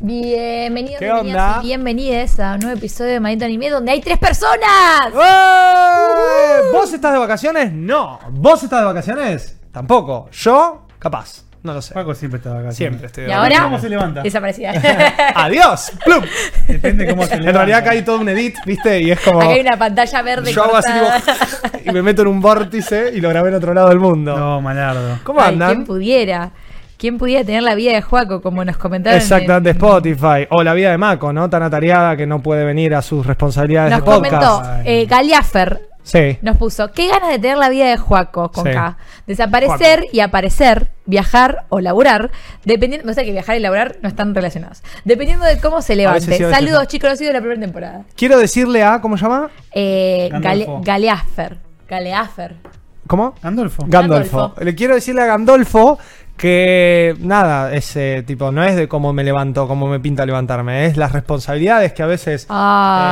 Bienvenidos, ¿Qué bienvenidas onda? y bienvenides a un nuevo episodio de Maldito Anime donde hay tres personas. ¡Eh! ¿Vos estás de vacaciones? No. ¿Vos estás de vacaciones? Tampoco. Yo, capaz. No lo sé. Paco siempre está acá. Siempre estoy Y de ahora ¿Cómo se levanta? desaparecida. Adiós. ¡Plum! Depende cómo se levanta. En realidad acá hay todo un edit, ¿viste? Y es como. Acá hay una pantalla verde. yo hago así cortada. tipo, y me meto en un vórtice y lo grabé en otro lado del mundo. No, malardo. ¿Cómo Ay, andan? ¿Quién pudiera? ¿Quién pudiera tener la vida de Juaco como nos comentaron? en- Exactamente, Spotify. O la vida de Mako, ¿no? Tan atareada que no puede venir a sus responsabilidades Nos de podcast. comentó eh, Galiafer. Sí. Nos puso, qué ganas de tener la vida de Juaco con Sí. K. Desaparecer y aparecer, viajar o laburar, dependiendo, o sea que viajar y laburar no están relacionados. Dependiendo de cómo se veces levante. sí, a veces Saludos, no. chicos, los de la primera temporada. Quiero decirle a. ¿Cómo se llama? Eh, Gale- Gandolfo. Galeafer. Eh, Galeafer. ¿Cómo? Andolfo. Gandolfo. Gandolfo. Le quiero decirle a Gandolfo que nada, ese tipo no es de cómo me levanto, cómo me pinta levantarme, es las responsabilidades que a veces eh, Ay.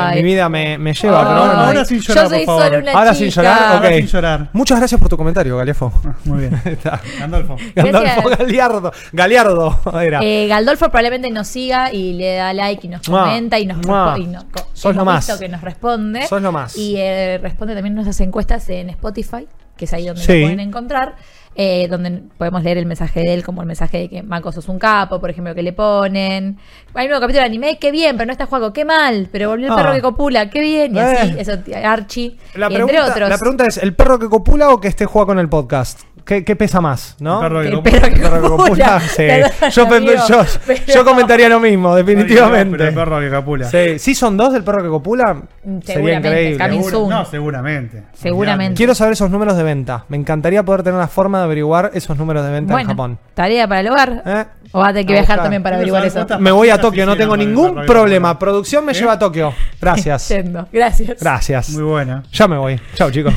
Ah, mi vida me, me lleva. Ay. pero bueno, ahora no. sin llorar, Yo soy por favor. solo una Ahora chica. sin llorar, ok. Ahora sin llorar. Muchas gracias por tu comentario, Galeafo. Ah, Muy bien. Está. Andolfo. Gandolfo Galeardo. Galeardo era. Eh, Galdolfo probablemente nos siga y le da like y nos Mua, comenta y nos, mua. respo- y no- co- Ah. Sos hemos lo más. visto que nos responde. Sos lo más. Y eh, responde también nuestras encuestas en Spotify, que es ahí donde Sí. lo pueden encontrar, eh, donde podemos leer el mensaje de él, como el mensaje de que Mako sos un capo, por ejemplo, que le ponen. Hay un nuevo capítulo de anime, qué bien, pero no está Juaco, qué mal, pero volvió el Ah. perro que copula, qué bien, y así, Eh. eso, Archie, La y entre pregunta, otros. la pregunta es, ¿el perro que copula o que esté jugando con el podcast? ¿Qué, qué pesa más? ¿no? El perro que El copula. perro que El perro que copula, copula. sí. Perdón, yo, pende- amigo, yo- pero- yo comentaría lo mismo, definitivamente. Pero el perro que capula. Sí, si son dos del perro que copula, sería Mm, Seguramente, increíble. Cami- Segura- Zoom. No, seguramente. Seguramente. Quiero saber esos números de venta. Me encantaría poder tener la forma de averiguar esos números de venta en Japón. Tarea para el hogar. ¿Eh? O va a tener que A viajar buscar. también para Quiero averiguar saber eso. cuántas- Me voy a Las Tokio, no oficinas tengo con el ningún perro que problema. copula. Producción me ¿Eh? lleva a Tokio. Gracias. Yendo. Gracias. Gracias. Muy buena. Ya me voy. Chao, chicos.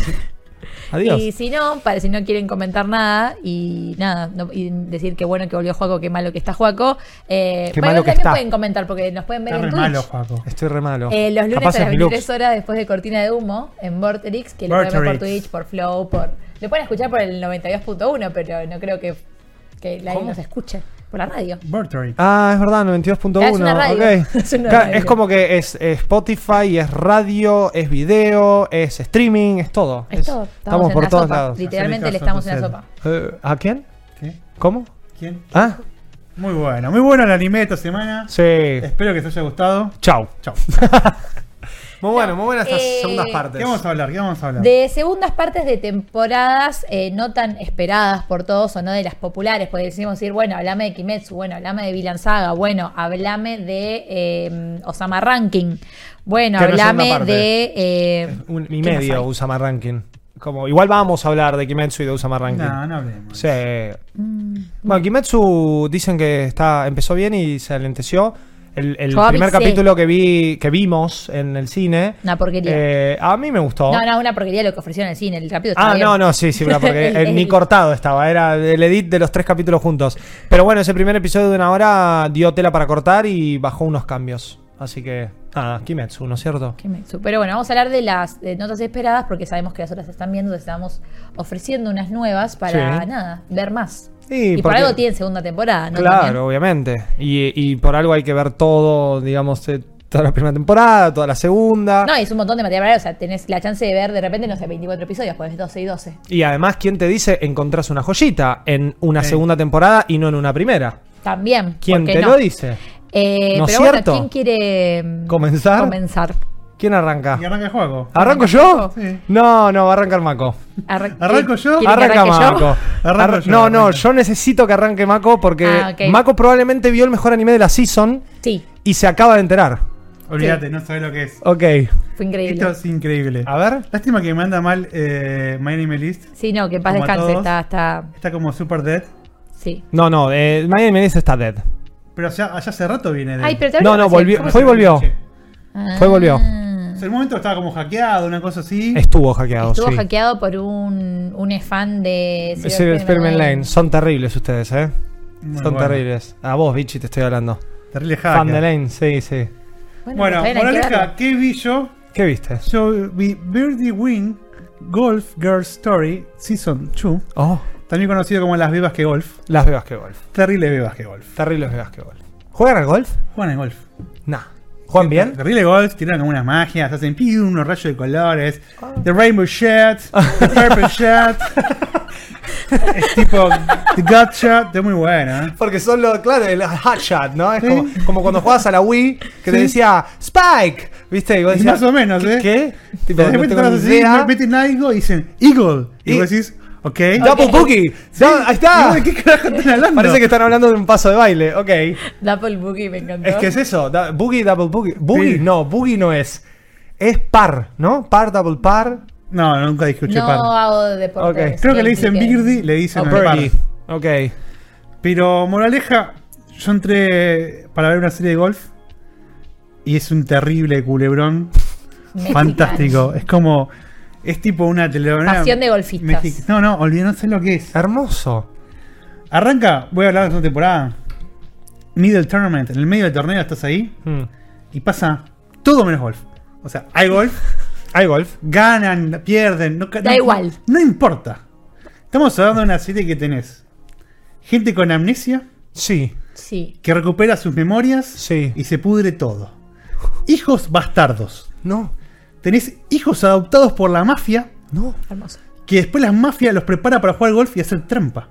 Adiós. Y si no, para si no quieren comentar nada y nada, no- y decir que bueno que volvió Juaco, qué malo que está Juaco. Eh, Qué bueno, malo que también está. pueden comentar porque nos pueden ver Está en re Twitch. malo, Paco. Estoy re malo. Eh, los lunes Capaz a las es mi look. 23 horas después de Cortina de Humo en Vorterix, que lo pueden ver por Vorterix. Twitch, por Flow, por. Lo pueden escuchar por el 92.1, pero no creo que, que la nos escuche por la radio. Burtery. Ah, es Ah, verdad, es una 92.1. radio. ok. Es una Claro, radio. es como que es, es Spotify, es radio, es video, es streaming, es todo. Es Es- todo. Estamos en por la todos sopa. lados. Literalmente le Hacerle caso estamos en la a tu sopa. Eh, ¿A quién? ¿Qué? ¿Cómo? ¿Quién? ¿Ah? Muy bueno. Muy bueno el anime esta semana. Sí. Espero que te haya gustado. Eh. Chau. Chau. Muy bueno, muy buenas estas Eh, segundas ¿Qué partes. vamos a hablar? ¿Qué vamos a hablar? De segundas partes de temporadas eh, no tan esperadas por todos o no de las populares, porque decimos decir, bueno, hablame de Kimetsu, bueno, hablame de Villain Saga, bueno, hablame de eh, Osama Ranking, bueno, Que no es hablame segunda parte. de... eh, Un- y ¿qué más hay? medio Usama Ranking. Como, igual vamos a hablar de Kimetsu y de Usama Ranking. No, no hablemos. Sí. Mm. Bueno, Kimetsu dicen que está, empezó bien y se alenteció. El, el Yo primer avisé. capítulo que vi que vimos en el cine. Una porquería. eh, a mí me gustó. No, no, una porquería lo que ofrecieron en el cine, el rápido. Ah, estaba bien. no, no, sí, sí, pero porque El- eh, ni el- cortado estaba, era el edit de los tres capítulos juntos. Pero bueno, ese primer episodio de una hora dio tela para cortar y bajó unos cambios. Así que, nada, Kimetsu, ¿no es cierto? Kimetsu. Pero bueno, vamos a hablar de las eh, notas esperadas porque sabemos que las otras se están viendo, entonces estamos ofreciendo unas nuevas para Sí. nada, ver más. y Sí, por porque- algo tienen segunda temporada, ¿no? Claro, También. obviamente. Y, y por algo hay que ver todo, digamos, eh, toda la primera temporada, toda la segunda. No, es un montón de material, para ver, o sea, tenés la chance de ver de repente, no sé, 24 episodios, pues 12 y 12. Y además, ¿quién te dice encontrás una joyita en una Sí. segunda temporada y no en una primera? También. ¿Quién ¿por qué te no? lo dice? Eh, ¿No es pero bueno, cierto? ¿quién quiere mm, ¿Comenzar? comenzar? ¿Quién arranca? Y arranca el juego. ¿Arranco yo? Sí. No, no, va a arrancar Mako. Arran- ¿Arranco ¿Qui- yo? quiere que Arranca arranque yo? Mako. Arranco Arra- yo, no, no, arranca. yo necesito que arranque Mako porque Ah, ok. Mako probablemente vio el mejor anime de la season Sí, y se acaba de enterar. Olvídate, no sabes lo que es. Ok. fue increíble. Esto es increíble. A ver. Lástima que me anda mal eh, My Name is List. Sí, no, que en paz Como a descanse, todos. está, está, Está como super dead. sí. No, no, eh, Miami Menace está dead. Pero ya, allá hace rato viene de. Ay, pero te No, hablo no, así, volvió- ¿cómo fue y se- volvió. Sí. Ah. fue y volvió. En el momento estaba como hackeado, una cosa así. Estuvo hackeado, Estuvo sí. hackeado por un, un fan de Sí, Experiment Lane. Son terribles ustedes, ¿eh? Muy Son bueno. terribles. A vos, bichi, te estoy hablando. Terrible Fan de hacker. Lane, sí, sí. Bueno, está bien, hay que moraleja, verlo. ¿qué vi yo? ¿Qué viste? Yo vi Birdie Wing Golf Girl Story Season 2, Oh, también conocido como Las Vivas que Golf. las de basquetbol. Terrible Vivas que Golf. Terribles de basquetbol. ¿Juegan al golf? Juegan al golf. Nah. ¿Juegan bien? Terrible golf, tiran como unas magias, hacen piu, unos rayos de colores. Oh. The Rainbow Shot, The Purple Shot. es tipo The God Shot, es muy bueno. ¿eh? Porque son los, claro, el hot shot, ¿no? Es Sí. como, como cuando jugabas a la Wii que te Sí. decía Spike, ¿viste? Y vos decías, Más o menos, ¿qué? ¿eh? ¿Qué? Tipo, De no repente tengo estás ni así, idea. meten algo y dicen Eagle. Y, Y- vos decís, ok. Double Boogie. Sí. Da- Ahí Y está. vos, ¿De qué carajo están hablando? Parece que están hablando de un paso de baile, ok. Double Boogie me encantó. Es que es eso, da- boogie, double boogie. Boogie, Sí. no, boogie no es. Es par, ¿no? Par, double par. No, nunca no dije ah, este par. hago deportes. Ok. Creo que le dicen así Birdie, le dicen O al par. Oh, birdie. Ok. Pero moraleja, yo entré para ver una serie de golf y es un terrible culebrón. Mexicano. Fantástico. Es como. Es tipo una telenovela. Pasión de golfistas. mexi- No, no, olvidé, no sé lo que es. Hermoso. Arranca, voy a hablar de una temporada. Middle Tournament, en el medio del torneo estás ahí Mm. y pasa todo menos golf. O sea, hay golf, Hay golf. ganan, pierden. No, ca- Da no- igual. No importa. Estamos hablando de una serie que tenés. Gente con amnesia Sí. Sí. que recupera sus memorias Sí. y se pudre todo. Hijos bastardos. No. Tenés hijos adoptados por la mafia No. Hermoso. que después la mafia los prepara para jugar al golf y hacer trampa.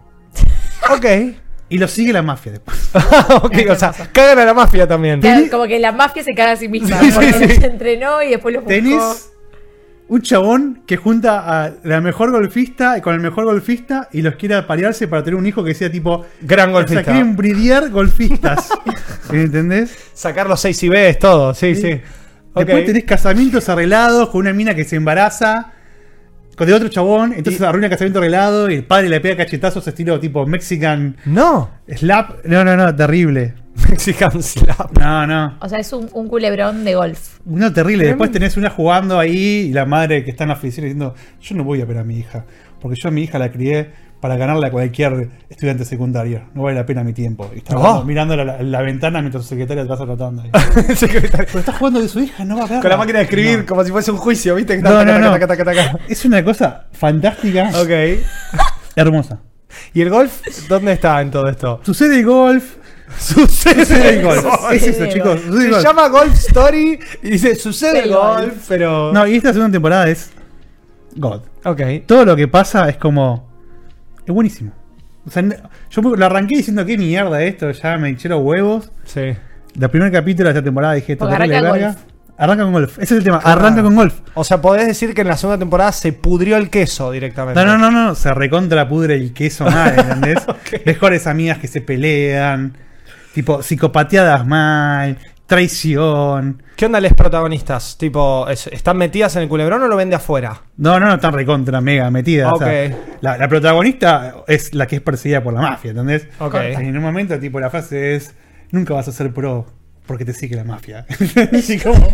Ok. Y los sigue la mafia después. ok, o sea, cagan a la mafia también. Claro, como que la mafia se caga a sí misma. Sí, porque sí, los sí. entrenó y después los buscó. Tenés un chabón que junta a la mejor golfista y con el mejor golfista y los quiere aparearse para tener un hijo que sea tipo. Gran O golfista. sea, quieren bridear golfistas. ¿Entendés? Sacar los 6 y B es todo. Sí, sí. Sí. Ok. Después tenés casamientos arreglados con una mina que se embaraza. Con de otro chabón, entonces Y- arruina el casamiento arreglado y el padre le pega cachetazos estilo tipo Mexican No. Slap. No, no, no, terrible. Mexican slap. No, no. O sea, es un, un culebrón de golf. No, terrible. Después tenés una jugando ahí y la madre que está en la oficina diciendo, yo no voy a ver a mi hija, porque yo a mi hija la crié para ganarle a cualquier estudiante secundario. No vale la pena mi tiempo. Y está No. hablando- mirando la, la- la ventana mientras su secretaria te está tratando. ahí. Pero Secretario. está jugando de su hija, no va a verla. Con la máquina de escribir, No. como si fuese un juicio, ¿viste? No, no, no. Taca, taca, taca, taca. Es una cosa fantástica, Ok. hermosa. ¿Y el golf? ¿Dónde está en todo esto? Sucede el golf. Sucede, Sucede el golf. Es Sucede eso, el chicos. golf. sucede Se el golf. llama Golf Story y dice sucede el El golf, golf. pero. No, y esta segunda temporada es God. Ok. todo lo que pasa es como. Es buenísimo. O sea, n- yo me- lo arranqué diciendo qué mierda esto, ya me hincharon huevos. Sí. La primer capítulo de esta temporada dije esto Porque terrible arranca de verga. golf. Arranca con golf. Ese es el tema. Ah. Arranca con golf. O sea, podés decir que en la segunda temporada se pudrió el queso directamente. No, no, no, no. Se recontra pudre el queso mal, ¿entendés? Mejores amigas que se pelean. Tipo, psicopateadas mal. Traición. ¿Qué onda les protagonistas? Tipo, es- ¿están metidas en el culebrón o lo ven de afuera? No, no, no, están recontra mega metidas. o sea, Ok. la, la protagonista es la que es perseguida por la mafia, ¿entendés? Ok. Y en un momento, tipo, la frase es: Nunca vas a ser pro porque te sigue la mafia. Así como,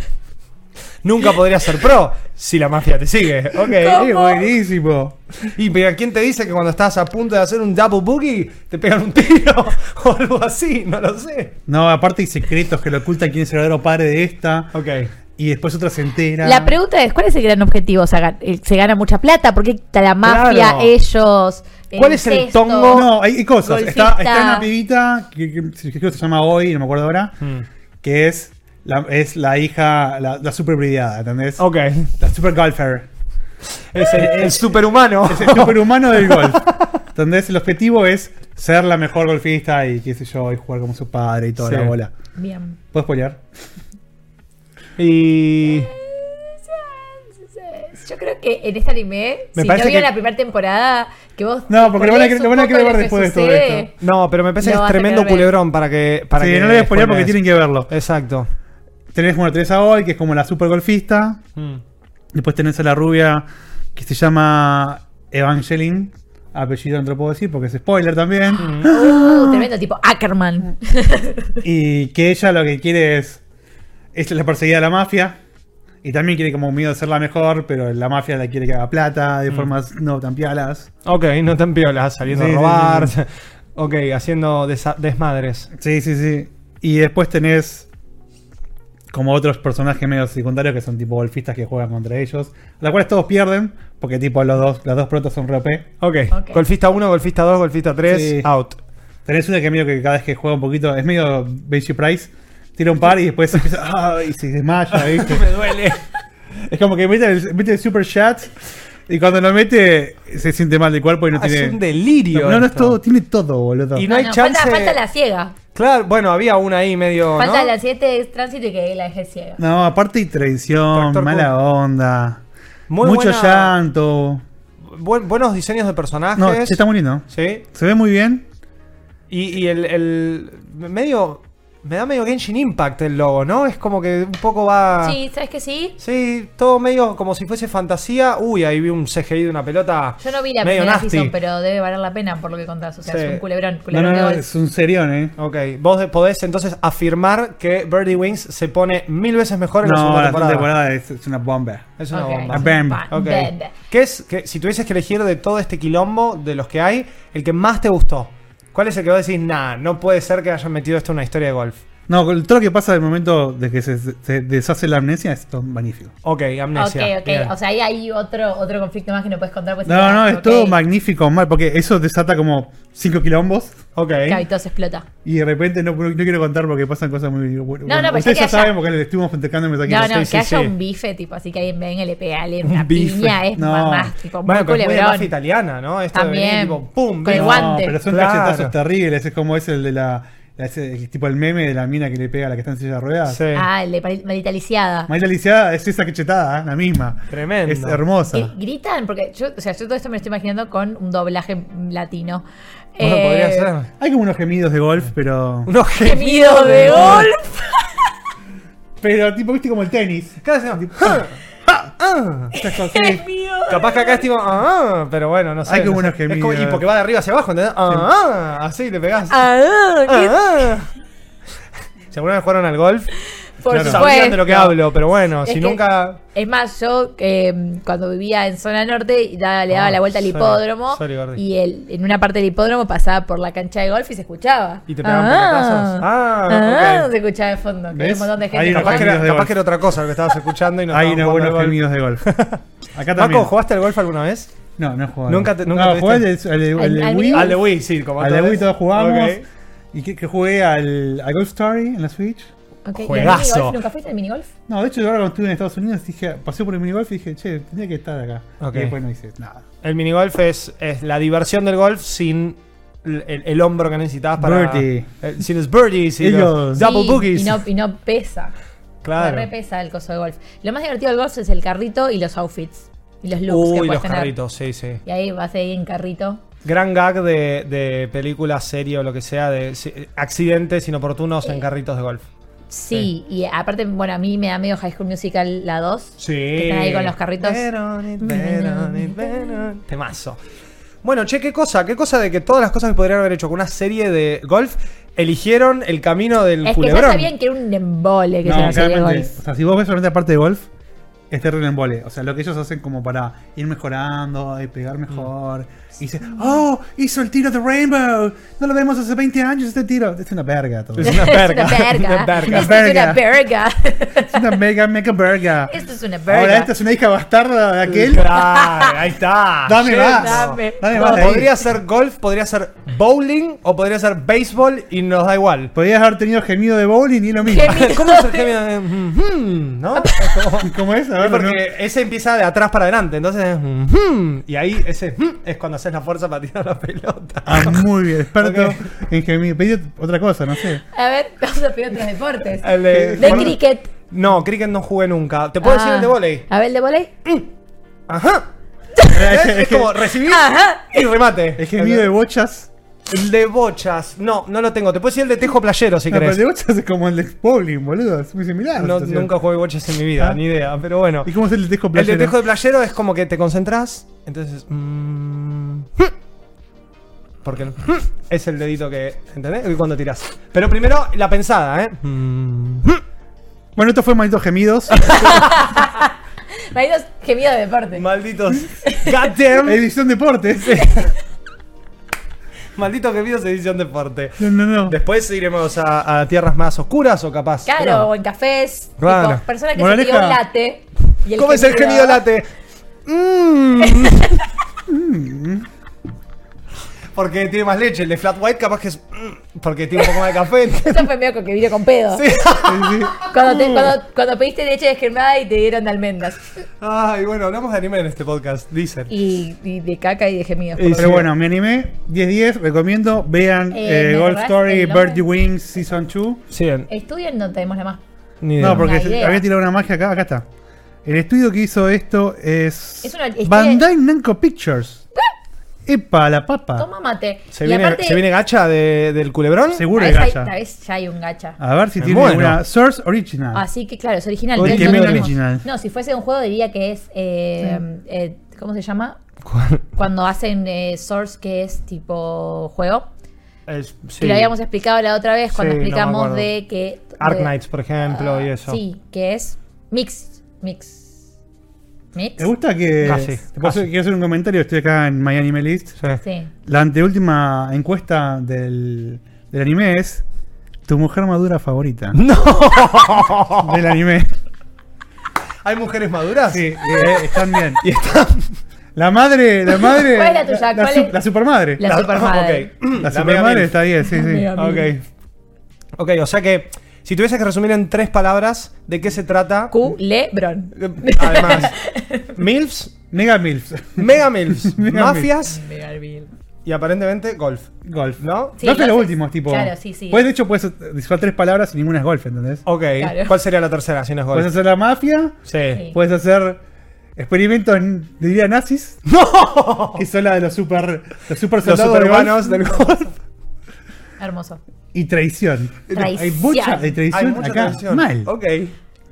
Nunca podría ser pro si la mafia te sigue. Ok. ¡eh, buenísimo! Y pero ¿quién te dice que cuando estás a punto de hacer un double boogie te pegan un tiro o algo así? No lo sé. No, aparte hay secretos que le ocultan quién es el verdadero padre de esta. Ok. Y después otra se entera. La pregunta es, ¿cuál es el gran objetivo? O sea, gan- eh, se gana mucha plata, porque está la mafia, Claro. ellos. ¿Cuál es el incesto? tongo? No, hay, hay cosas. Está, Golfista. está una pibita que, que- que creo que se llama hoy, no me acuerdo ahora, Hmm. que es la, es la hija, la, la super brillada, ¿entendés? Ok. La super golfer. Es el, el superhumano. Es el superhumano del golf. Entonces, el objetivo es ser la mejor golfista y qué sé yo, y jugar como su padre y toda Sí. la bola. Bien. ¿Puedes spoilear? Y. Yo creo que en este anime, si Me no parece vieron que- la primera temporada, que vos. No, porque lo van a querer- spoilees lo van a un querer poco ver lo que después de todo sucede. esto. No, pero me parece Lo que es vas a tremendo querer ver. culebrón para que. Para sí, que no lo voy a spoilear porque spoilees. tienen que verlo. Exacto. Tenés, bueno, tenés a hoy, que es como la super golfista. Después tenés a la rubia que se llama Evangeline. Apellido no te lo puedo decir porque es spoiler también. Mm. Uh, tremendo tipo Ackerman. Y que ella lo que quiere es. Es la perseguida de la mafia. Y también quiere como miedo de ser la mejor, pero la mafia la quiere que haga plata Mm. de formas no tan pialas. Ok, no tan piola, saliendo Sí, a sí, robar. sí, Ok, haciendo desa- desmadres. Sí, sí, sí. Y después tenés como otros personajes medio secundarios que son tipo golfistas que juegan contra ellos. A los cuales todos pierden, porque tipo los dos, las dos protas son re OP. Ok, Ok. golfista 1, golfista 2, golfista 3, Sí. out. Tenés una que medio que cada vez que juega un poquito, es medio Benji Price, tira un par y después empieza, ah, y se desmaya, ¿viste? Me duele. es como que mete el, mete el super shot y cuando lo mete se siente mal del cuerpo y no Ah, tiene... es un delirio. No, no, no es esto. todo, tiene todo, boludo. Y no hay falta- chance- Falta, la ciega. Claro, bueno, había una ahí medio. Falta ¿no? la 7 de tránsito y que la dejé ciega. No, aparte hay traición, Tractor mala onda, Muy mucho buena- llanto. Buen- buenos diseños de personajes. No, se está muriendo. Sí. Se ve muy bien. Y, y el, el- Medio. Me da medio Genshin Impact el logo, ¿no? Es como que un poco Ah. va. Sí, ¿sabes que sí? Sí, todo medio como si fuese fantasía. Uy, ahí vi un CGI de una pelota. Yo no vi la medio primera nasty. season, pero debe valer la pena por lo que contás. O sea, Sí. es un culebrón, No, culebrón no, no, de gol. es un serión, eh. Ok, vos de- podés entonces afirmar que Birdie Wings se pone mil veces mejor en la No, segunda la temporada. segunda temporada es, es una bomba. Es una Ok. bomba. A bam. Ok. Bam. ¿Qué es, que, si tuvieses que elegir de todo este quilombo, de los que hay, el que más te gustó? ¿Cuál es el que vos decís, nah, no puede ser que hayan metido esto en una historia de golf? No, todo lo que pasa del momento de que se, se deshace la amnesia es todo magnífico. Ok, amnesia. Ok, ok. bien. O sea, ahí hay otro, otro conflicto más que no puedes contar. pues, No, no, es ok. todo magnífico, mal, porque eso desata como 5 quilombos ok. Claro, y todo se explota. y de repente no, no quiero contar porque pasan cosas muy. Bueno, No, no, pero ustedes ya ya que saben haya- porque les estuvimos intercambiando mensajitos. No, no, sí, que sí, haya sí. un bife, tipo, así que alguien venga y le pega, le Un una bife. piña, es No. más, tipo, muy Bueno, que es muy de culebrón. mafia italiana, ¿no? Esto de venir, También. tipo, pum, Con el bim. No, guante. pero son Claro. cachetazos terribles. Es como es el de la. la- ese- el tipo el meme de la mina que le pega a la que está en silla de ruedas. Sí. Ah, el de pali- maldita lisiada. María Lisiada es esa cachetada, ¿eh? la misma. Tremendo. Es hermosa. Que Gritan, porque yo, o sea, yo todo esto me lo estoy imaginando con un doblaje latino. Bueno, Eh, podría ser. Hay como unos gemidos de golf, pero. Unos Gemido de golf. Pero tipo, viste como el tenis. Claro, hacemos tipo, ah, ah, esas cosas. Gemido. Capaz que acá es tipo, ah, ah, pero bueno, no sé. Hay como no sé. unos Es como- Y gemidos. porque va de arriba hacia abajo, ¿entendés? Ah, ah, así le pegás. Ah, ¿qué- Ah, ah. Si alguna vez jugaron al golf, por Claro. sabrían de lo que supuesto. hablo, pero bueno, Es si que- nunca. Es más, yo eh, cuando vivía en zona norte da- le daba Ah, la vuelta al sorry, hipódromo sorry, Gordi. y el- en una parte del hipódromo pasaba por la cancha de golf y se escuchaba. ¿Y te pegaban Ah. pelotazos? Ah, ok. se escuchaba de fondo. que ¿Ves? había un montón de gente. Ahí no Capaz, jugando. que era, Gemidos de capaz golf. que era otra cosa lo que estabas escuchando y no Hay unos estabas jugando buenos al golf. gemidos de golf. Acá también. Paco, ¿jugaste al golf alguna vez? No, no he jugado. Nunca te- nunca no, tuviste- jugué al, de- al de- al de Al- al Wii. Wii. Al de Wii, sí, como Al de Wii todos jugamos. Ok. ¿Y que, jugué al, al Golf Story en la Switch? Ok, ¿y el Juegazo. minigolf? ¿Nunca fuiste al minigolf? No, de hecho, yo ahora cuando estuve en Estados Unidos dije, pasé por el minigolf y dije, che, tenía que estar acá. Ok. Y después no hice nada. El minigolf es, es la diversión del golf sin el, el- el hombro que necesitas para. Birdie. eh, sin los birdies, sin los Ellos. double Sí, boogies. Y no, y no pesa. claro. Me re pesa el coso de golf. Lo más divertido del golf es el carrito y los outfits. Y los looks que Uy, puedes los tener. carritos, sí, sí. Y ahí vas ahí en carrito. Gran gag de, de película, serie o lo que sea, de si- accidentes inoportunos Eh. en carritos de golf. Sí, y aparte, bueno, a mí me da medio High School Musical la 2. Que están ahí con los carritos. Veron, Veron, Veron. Temazo. Bueno, che, qué cosa, qué cosa de que todas las cosas que podrían haber hecho con una serie de golf eligieron el camino del Es que ya culebrón. sabían que era un embole que se No, nos serie de claramente. golf. O sea, si vos ves solamente la parte de golf, es terrible en vole. O sea, lo que ellos hacen como para ir mejorando y Mm. pegar mejor. Y dice, oh, hizo el tiro de Rainbow. No lo vemos hace 20 años este tiro. Es una verga todo. Es Es una verga. Es una Una verga. Esto es verga. una verga. una mega, mega verga. Esto es una Ahora esta verga. es una hija bastarda de aquel. Claro, ahí está. Dame Lleno. más. dame. Dame más. de ahí. Podría ser golf, podría ser bowling o podría ser béisbol y nos da igual. Podrías haber tenido gemido de bowling y lo mismo. Gemido. ¿Cómo es el gemio de- mhm, ¿No? ¿Cómo es? A Es ver, porque ese empieza de atrás para adelante, entonces mhm, y ahí ese mhm, es cuando haces la fuerza para tirar la pelota. Ah, muy bien, experto Ok. en gemido. Pedí otra cosa, no sé. A ver, vamos a pedir otros deportes. El de- De por- cricket. No, cricket no jugué nunca. ¿Te puedo decir Ah. el de volei? A ver, el de volei. Ajá. ¿Ves? es como recibir Ajá. y remate. El gemido de bochas. El de bochas. No, no lo tengo. Te puedo decir el de tejo playero si No, pero el querés. de bochas es como el de bowling, boludo. Es muy similar. la No, situación. nunca jugué bochas en mi vida, Ah. ni idea, pero bueno. ¿Y cómo es el de tejo El playero? detejo de playero es como que te concentras, entonces. mm, Porque el es el dedito que. ¿Entendés? Cuando tirás. Pero primero la pensada, ¿eh? Mm. Bueno, esto fue Malditos Gemidos. Maridos, gemido de deporte. Malditos. Goddamn. Edición Deportes. Malditos queridos edición deporte. No, no, no. Después iremos a, a tierras más oscuras o capaz. Claro, ¿no? o en cafés. Claro. tipo, persona que Moraleja. se pidió un latte. y ¿Cómo es el gemido late? Mm. Porque tiene más leche. El de flat white capaz que es... mm, Porque tiene un poco más de café. Eso fue medio con que vino con pedo. Sí. Uh. Sí, sí. Cuando, te- cuando- cuando pediste leche descremada y te dieron de almendras. Ay, bueno, hablamos de anime en este podcast, dicen. Y, y de caca y de gemidos. Y- Pero bueno, me animé. 10-10, recomiendo. Vean Eh, eh, ¿me Golf robaste Story el nombre? Birdie Wings Season 2. Sí, Estudian no tenemos la más. ni idea. No, porque Una se- idea. había tirado una magia acá. Acá está. El estudio que hizo esto es, Es una- es que- Bandai Namco Pictures. Epa, la papa. Toma mate. Ah. ¿Se Y viene, aparte- se viene gacha de- del culebrón? Seguro tal de vez hay- gacha. tal vez ya hay un gacha. A ver si Me tiene muero. una Source Original. Así que claro, es original. Oye, no es que lo venga mismo. original. No, si fuese un juego diría que es... eh, eh, ¿Cómo se llama? ¿Cuál? Cuando hacen eh, Source, que es tipo juego. Es- sí. Que lo habíamos explicado la otra vez cuando Sí, no me explicamos acuerdo. de que... Ark de- Knights, por ejemplo, y eso. Sí, que es mix. Mix. Mix. ¿Te gusta que.? Casi, te puedo hacer- casi. Quiero hacer un comentario. Estoy acá en My Anime List. Sí. Sí. La anteúltima encuesta del, del anime es. Tu mujer madura favorita. ¡No! Del anime. ¿Hay mujeres maduras? Sí, eh, están bien. Y están... La madre. La madre. ¿Cuál es la tuya? La, ¿Cuál su- es? la supermadre. La- La, supermadre. ok. La mega supermadre mil. está bien, sí, sí. mega Ok. Ok, o sea que si tuvieses que resumir en tres palabras de qué se trata. Culebron. eh, Además, MILFs, Mega Milfs. Mega MILFs, Mega Mafias y aparentemente golf. Golf. ¿No? Sí, golf es lo golf es- último, tipo. claro, sí, sí. Puedes, de hecho, puedes disfrutar tres palabras y ninguna es golf, ¿entendés? Ok. Claro. ¿Cuál sería la tercera si no es golf? Puedes hacer la mafia. Sí. Sí. Puedes hacer experimentos, diría nazis, ¡No! que son la de los super, los super Los soldados del golf, superhumanos del golf. Hermoso. y traición. Traición. Hay mucha de traición acá. tensión. Mal. Ok.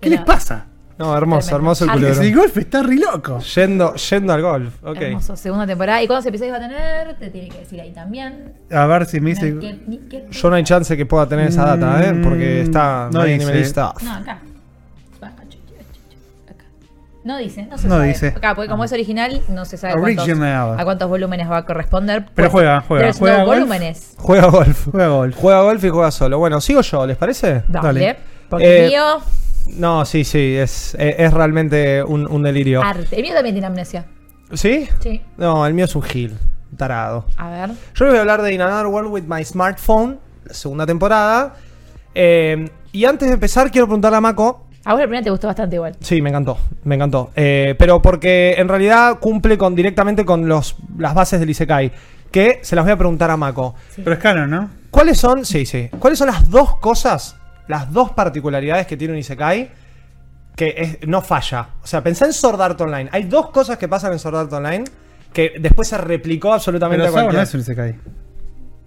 ¿Qué les pasa? No, hermoso, hermoso el Ah, que culebro. El golf está re loco. Yendo, yendo al golf. Ok. Hermoso. Segunda temporada. ¿Y cuántos episodios va a tener? Te tiene que decir ahí también. A ver si me No, dice. ¿qué- ni- qué- Yo no hay chance que pueda tener esa data, ¿eh? Porque está. Mm, No No hay dice. animalista. No, acá. Acá, chu, chu, chu, chu, acá. No dice, no se No sabe. dice. Ah. Acá, porque como es original, no se sabe cuántos, Original. a cuántos volúmenes va a corresponder. Pero juega, juega, there's juega no golf. volúmenes. Juega golf. Juega golf. Juega golf y juega solo. Bueno, sigo yo, ¿les parece? Dale. Dale. Porque Eh, el mío, No, sí, sí, es, eh, es realmente un, un delirio. arte. El mío también tiene amnesia. ¿Sí? Sí. No, el mío es un gil, tarado. A ver. Yo les voy a hablar de In Another World with My Smartphone, la segunda temporada. Eh, y antes de empezar, quiero preguntarle a Mako. A vos la primera te gustó bastante igual. Sí, me encantó, me encantó. Eh, pero porque en realidad cumple con directamente con los, las bases del Isekai. Que se las voy a preguntar a Mako. Pero es caro, ¿no? ¿Cuáles son, sí, sí, cuáles son las dos cosas, las dos particularidades que tiene un Isekai que es- no falla? O sea, pensá en Sword Art Online. Hay dos cosas que pasan en Sword Art Online que después se replicó absolutamente Pero a Sao no cualquier... es un Isekai.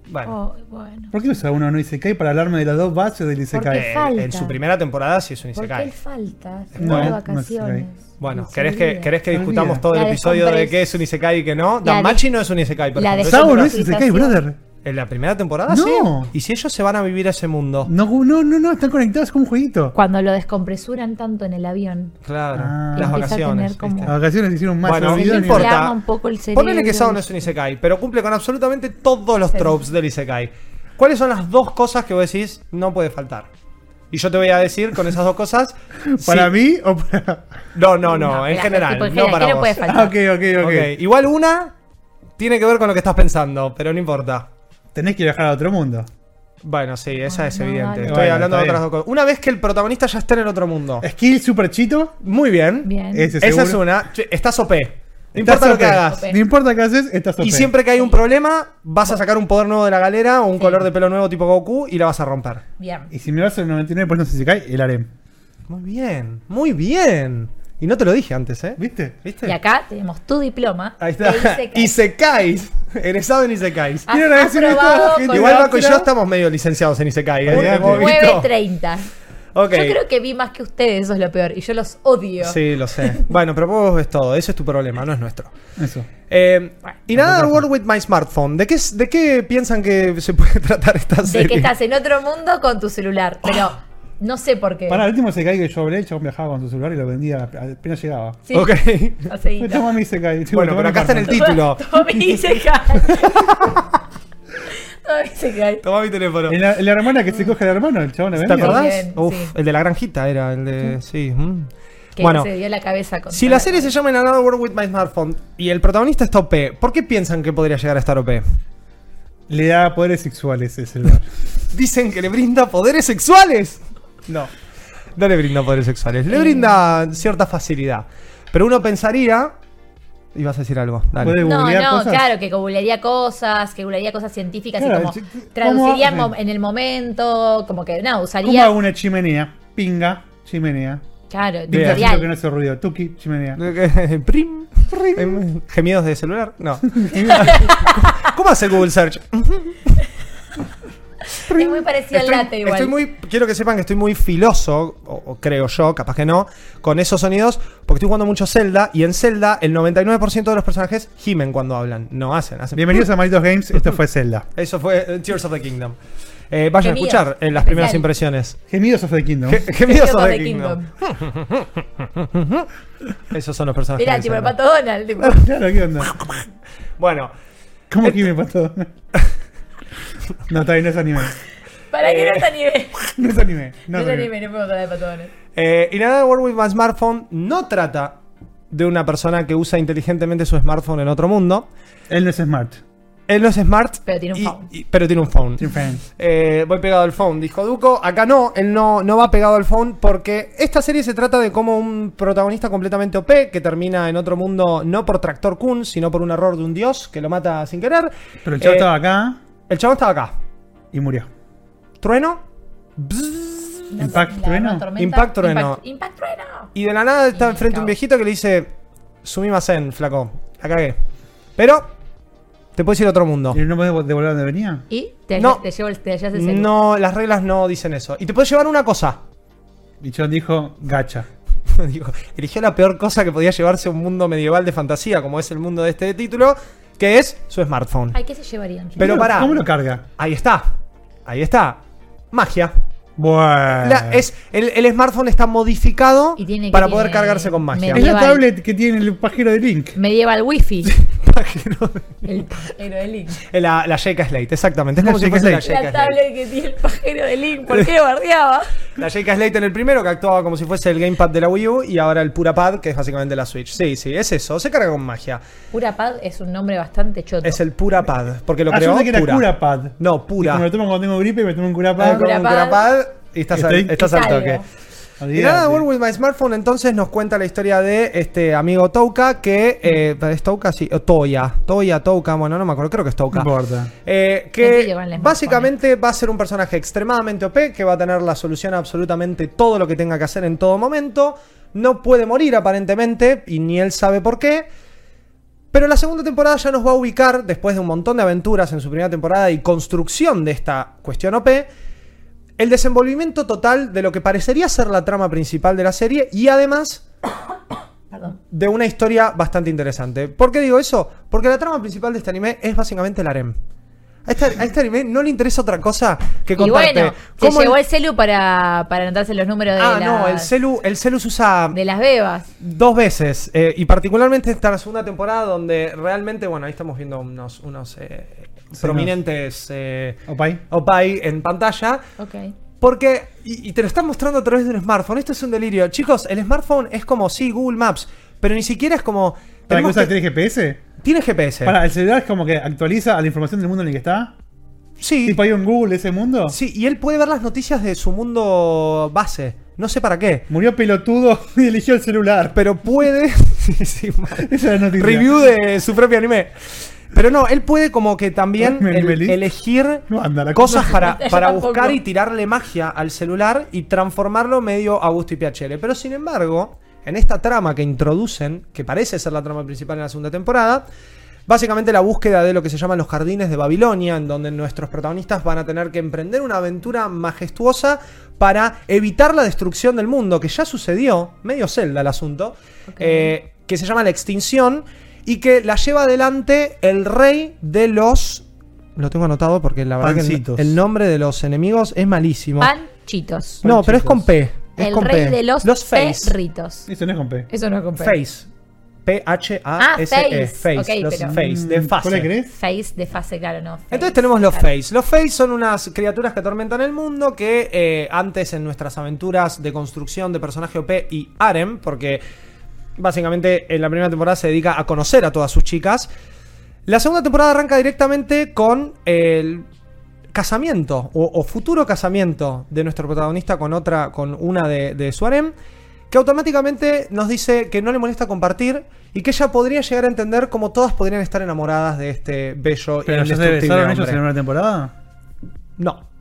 Bueno, Oh, bueno. ¿Por qué usa uno no Isekai para hablarme de las dos bases del Porque Isekai? fa- eh, en- en falta. su primera temporada sí es un ¿Por qué él Isekai. falta? Se No, va de no vacaciones. Bueno, Se ¿querés que, olvida. ¿querés que Se discutamos olvida. todo el La episodio de descompres- qué es un Isekai y qué no? La Danmachi no es un Isekai, por la ejemplo. Eso Sao es no una- es Isekai, brother. En la primera temporada, No. sí. ¿Y si ellos se van a vivir a ese mundo? No, no, no, no, están conectados como un jueguito. Cuando lo descompresuran tanto en el avión. Claro, Ah. Empieza a las tener vacaciones. como- ¿viste? Las vacaciones hicieron más Bueno, olvidó no el Se importa. inflama un poco el cerebro. Ponele que Sao no es un Isekai, pero cumple con absolutamente todos los Sí. tropes del Isekai. ¿Cuáles son las dos cosas que vos decís no puede faltar? Y yo te voy a decir con esas dos cosas. ¿Para sí- mí o para.? No, no, no, en la- general. tipo en no general, para ¿qué no vos. puede faltar? Ah, ok, ok, ok. Ok, Igual una tiene que ver con lo que estás pensando, pero no importa. Tenés que viajar a otro mundo. Bueno, sí, esa Ah, es no, evidente. dale. Estoy Bueno, hablando de está otras bien. dos cosas. Una vez que el protagonista ya está en el otro mundo. Skill super chito. Muy bien. Bien. Ese Oh. Esa es seguro. una. Che, Estás OP. No Estás importa lo OP. que hagas. OP. No importa qué haces, estás OP. Y siempre que hay un problema, vas a sacar un poder nuevo de la galera o un color de pelo nuevo tipo Goku y la vas a romper. Bien. Y si me vas al 99% pues no sé si cae, el harem. Muy bien, muy bien. Y no te lo dije antes, ¿eh? ¿Viste? ¿Viste? Y acá tenemos tu diploma. Ahí está. que dice que- Y se caes. Egresado en Isekais. Has- Quiero agradecer a aprobado toda la gente. con Igual la Baco y yo otra. estamos medio licenciados en Isekai, ¿eh? Olvídate. Hemos visto- 9.30. Yo Ok. creo que vi más que ustedes, eso es lo peor. Y yo los odio. Sí, lo sé. Bueno, pero vos ves todo. Ese es tu problema, no es nuestro. Eso. Eh, y nada, World with My Smartphone. ¿De qué, es- ¿De qué piensan que se puede tratar esta De serie? que estás en otro mundo con tu celular. Pero no sé por qué. Para el último Sekai que yo hablé, el chabón viajaba con su celular y lo vendía apenas llegaba. Sí, Ok. así. Me toma mi Sekai. tipo, Bueno, toma pero mi acá está en el carta. título. Tommy se cae. Tommy se cae. Toma mi teléfono. En la, en la hermana que se coge al hermano, el chabón le ¿Te vendía. acordás? acordás? Bien, Uf, sí. el de la granjita era el de. Sí. mm. Que se dio la cabeza con Si la serie se llama In Another World with My Smartphone y el protagonista está OP, ¿por qué piensan que podría llegar a estar OP? Le da poderes sexuales ese celular. Dicen que le brinda poderes sexuales. No, no le brinda poderes sexuales. Le brinda cierta facilidad. Pero uno pensaría. Ibas a decir algo. Dale. Puede No, googlear no, cosas. claro, que googlearía cosas, que googlearía cosas científicas Claro, y como sí, sí, traduciría ¿cómo en mo- en el momento, como que, no, ¿Cómo usaría, hago una chimenea? Pinga, chimenea. claro, Pinga, siento que no tutorial. hace ruido. Tuki, chimenea. Prim, prim. Gemidos de celular. No. ¿Cómo hace Google Search? Es muy parecido al Estoy- latte igual. estoy muy, quiero que sepan que estoy muy filoso, o, o creo yo, capaz que no, con esos sonidos, porque estoy jugando mucho Zelda y en Zelda el 99% de los personajes gimen cuando hablan, no hacen. hacen Bienvenidos a Malditos Games, esto fue Zelda. Eso fue eh, Tears of the Kingdom. Eh, vayan a Gemidos, escuchar eh, las especial. primeras impresiones. Gemidos of the Kingdom. Ge- Gemidos of Tears the Kingdom. Esos son los personajes. Era de tipo el Zelda. pato Donald, tipo. Claro, ¿qué onda? Bueno, ¿Cómo que me pasó? No, está bien, no es anime. Para que no está nivel. No es anime. No No es está anime. nivel, no podemos hablar de pato Donald. Eh, In Another World with My Smartphone no trata de una persona que usa inteligentemente su smartphone en otro mundo. Él no es smart. Él no es smart, Pero tiene un phone. pero tiene un phone. Sin fan. Eh, voy pegado al phone, dijo Duco. Acá no, él no, no va pegado al phone porque esta serie se trata de como un protagonista completamente OP que termina en otro mundo no por Tractor Kun, sino por un error de un dios que lo mata sin querer. Pero el chavo Eh, estaba acá El chabón estaba acá. y murió. Trueno. Una- Impact la- Trueno. una tormenta. Impact Trueno. Impact- Impact Trueno. Y de la nada está Y enfrente chao. un viejito que le dice: Sumimasen, flaco. La cagué. Pero te puedes ir a otro mundo. ¿Y no podés devolver donde venía? Y te, No. te llevo el, te hallas el celu. No, las reglas no dicen eso. Y te puedes llevar una cosa. Y John dijo, gacha. Digo, eligió la peor cosa que podía llevarse a un mundo medieval de fantasía, como es el mundo de este título, que es su smartphone. Ay, ¿qué se llevarían? Pero ¿Cómo lo- pará. ¿Cómo lo carga? Ahí está. Ahí está. Magia. Bueno. La- es, el, el smartphone está modificado Y tiene que- para poder tiene cargarse con magia. Es la Medieval. tablet que tiene el pajero de Link. Me lleva el wifi. Pajero de- el pajero de Link. La, la Sheikah Slate, exactamente. Es La como si Sheikah fuese la Slate. La Sheikah Slate. tablet que tiene el pajero de Link. ¿Por qué bardeaba? La Sheikah Slate en el primero, que actuaba como si fuese el gamepad de la Wii U, y ahora el pura pad, que es básicamente la Switch. Sí, sí, es eso. Se carga con magia. Pura Pad es un nombre bastante choto. Es el pura pad, porque lo Ah, yo creó pensé que era Pura. Curapad. No, Pura. Como me lo tomo cuando tengo gripe y me tomo un Ah, Curapad. con un Curapad. curapad y estás, al, Estoy- estás al Salgo. toque. Y Olvidate. nada, World with My Smartphone entonces nos cuenta la historia de este amigo Touka que... eh, ¿Es Touka? Sí, o Toya. Toya, Touka, bueno, no me acuerdo, creo que es No Touka. importa. Eh, Sencillo que con el smartphone. básicamente va a ser un personaje extremadamente OP, que va a tener la solución a absolutamente todo lo que tenga que hacer en todo momento. No puede morir aparentemente, y ni él sabe por qué. Pero la segunda temporada ya nos va a ubicar, después de un montón de aventuras en su primera temporada y construcción de esta cuestión OP, el desenvolvimiento total de lo que parecería ser la trama principal de la serie y además Perdón. de una historia bastante interesante. ¿Por qué digo eso? Porque la trama principal de este anime es básicamente el harem. A este, a este anime no le interesa otra cosa que Y contarte. bueno, se cómo el- llevó el celu para, para anotarse los números de, Ah, las, no, el celu, el celu se usa de las bebas. dos veces. eh, y particularmente esta segunda temporada donde realmente, bueno, ahí estamos viendo unos, unos eh, Sí, prominentes eh, Opay. opai en pantalla. Ok. Porque, y, y te lo están mostrando a través de un smartphone, esto es un delirio. Chicos, el smartphone es como, sí, Google Maps, pero ni siquiera es como... ¿Para qué tenemos usas que- tiene GPS? Tiene GPS. Para, el celular es como que actualiza a la información del mundo en el que está. Sí, Tipo hay un Google ese mundo. sí, y él puede ver las noticias de su mundo base. No sé para qué. Murió pelotudo y eligió el celular. Pero puede... Sí, sí, mal. Esa es la noticia. Review de su propio anime. Pero no, él puede como que también Mi anime el- list. elegir No anda, la cosas cosa- para, Yo para tampoco. buscar y tirarle magia al celular y transformarlo medio a gusto y piacere. Pero sin embargo, en esta trama que introducen, que parece ser la trama principal en la segunda temporada, Básicamente la búsqueda de lo que se llaman los jardines de Babilonia, en donde nuestros protagonistas van a tener que emprender una aventura majestuosa para evitar la destrucción del mundo, que ya sucedió, medio celda el asunto, eh, que se llama la extinción y que la lleva adelante el rey de los... Lo tengo anotado porque la verdad Pancitos. que el- el nombre de los enemigos es malísimo. Panchitos. No, pero es con Panchitos. P. Es el con rey P. de los, los Face. perritos. Eso no es con P. Eso no es con P. Face. P-H-A-S-E. Ah, face. E, face. Ok, los pero- mm. face. De fase. ¿Cuál crees? Face de fase, claro, no. face, Entonces tenemos los claro. Face. Los Face son unas criaturas que atormentan el mundo que eh, antes en nuestras aventuras de construcción de personaje OP y Arem, porque básicamente en la primera temporada se dedica a conocer a todas sus chicas. La segunda temporada arranca directamente con el casamiento o, o futuro casamiento de nuestro protagonista con otra, con una de, de su harem, que automáticamente nos dice que no le molesta compartir y que ella podría llegar a entender como todas podrían estar enamoradas de este bello Pero y ya se indestructible besaron ellos hombre. en una temporada. No.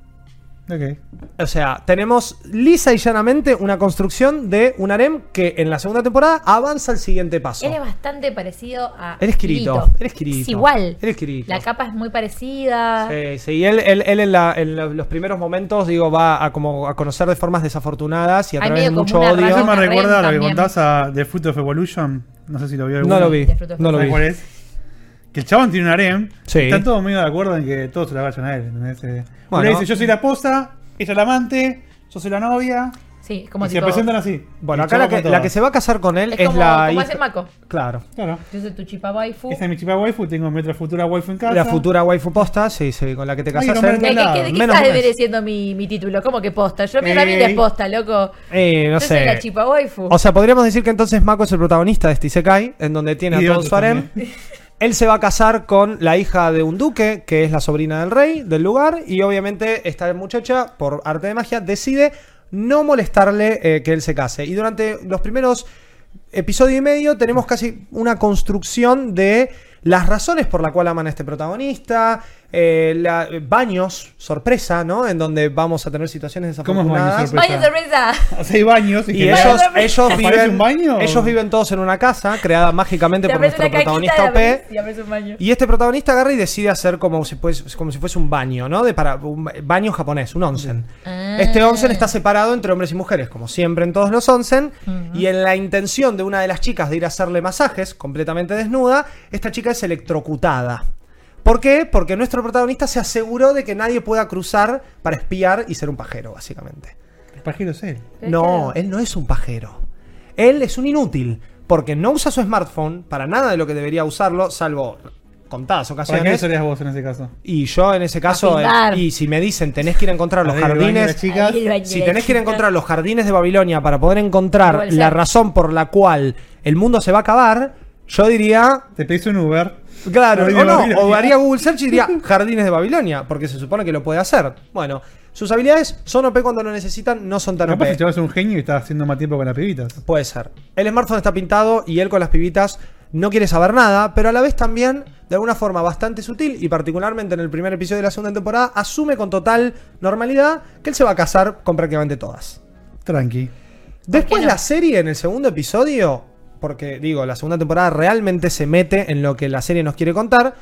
Ok. O sea, tenemos lisa y llanamente una construcción de un harem que en la segunda temporada avanza al siguiente paso. Él es bastante parecido a. Él es Kirito, él es Kirito. Es igual. Él es Kirito. La capa es muy parecida. Eh, Sí, sí, y él, él- él en, la- en la- los primeros momentos, digo, va a, como a conocer de formas desafortunadas y a Hay través de medio mucho como una odio. raya- Eso me Una rem recuerda lo que también. contás a The Fruit of Evolution. No sé si lo vio alguno. No lo vi, Disfruto no lo ¿Sabes vi. cuál es? Que el chabón tiene un harem. Sí. y Están todos medio de acuerdo en que todos se la vayan a él. ¿entendés? Eh, Uno Bueno. le dice, yo soy la esposa, ella la amante, yo soy la novia. Sí, es como y tipo. se presentan así. Bueno, Y acá la chabón que, con la todas. que se va a casar con él es, Es como, la como hija- hace Mako. Claro. Claro. Yo soy tu chipa waifu. Esa es mi chipa waifu, tengo mi otra futura waifu en casa. La futura waifu posta, sí, sí, con la que te Ay, casas. no me él. ¿Qué, qué- qué- qué Menos estás un mes. mereciendo mi, mi título? ¿Cómo que posta? Yo mi vida Ey. es posta, loco. Eh, no Yo soy sé. la chipa waifu. O sea, podríamos decir que entonces Mako es el protagonista de este Isekai, en donde tiene Y a todo otros su harem. Él se va a casar con la hija de un duque, que es la sobrina del rey del lugar, y obviamente esta muchacha, por arte de magia, decide no molestarle eh, que él se case. Y durante los primeros episodio y medio tenemos casi una construcción de las razones por la cual aman a este protagonista, eh, la- baños, sorpresa, ¿no? En donde vamos a tener situaciones ¿Cómo es desafortunadas. baño sorpresa? ¡Vaya sorpresa! Hace baños Y general. ellos, ellos, ¿Aparece viven, un baño? ellos viven todos en una casa creada mágicamente Te por aparece nuestro una caquita protagonista y OP. aparece- y aparece un baño. Y este protagonista agarra y decide hacer como si fuese, como si fuese un baño, ¿no? De para, un baño japonés, un onsen. Ah. Este onsen está separado entre hombres y mujeres, como siempre en todos los onsen. Y en la intención de una de las chicas de ir a hacerle masajes, completamente desnuda, esta chica es electrocutada. ¿Por qué? Porque nuestro protagonista se aseguró de que nadie pueda cruzar para espiar y ser un pajero, básicamente. El pajero es él. Pero No, claro. él no es un pajero. Él es un inútil, porque no usa su smartphone para nada de lo que debería usarlo, salvo contadas ¿Para qué ocasiones. serías vos en ese caso? Y yo en ese caso, eh, Afinar. y si me dicen tenés que ir a encontrar los Ahí, el baño de las jardines, chicas. Ahí el baño si de tenés que ir a chicas. encontrar los jardines de Babilonia para poder encontrar Igual sea. la razón por la cual el mundo se va a acabar, yo diría, Te pedís un Uber. Claro, Jardines o de no, Babilonia. o haría Google Search y diría Jardines de Babilonia, porque se supone que lo puede hacer. Bueno, sus habilidades son OP cuando lo necesitan, no son tan Capaz OP. el chaval es un genio y está haciendo más tiempo con las pibitas. Puede ser. El smartphone está pintado y él con las pibitas no quiere saber nada, pero a la vez también, de alguna forma bastante sutil y particularmente en el primer episodio de la segunda temporada, asume con total normalidad que él se va a casar con prácticamente todas. Tranqui. Después no? la serie en el segundo episodio, porque digo, la segunda temporada realmente se mete en lo que la serie nos quiere contar.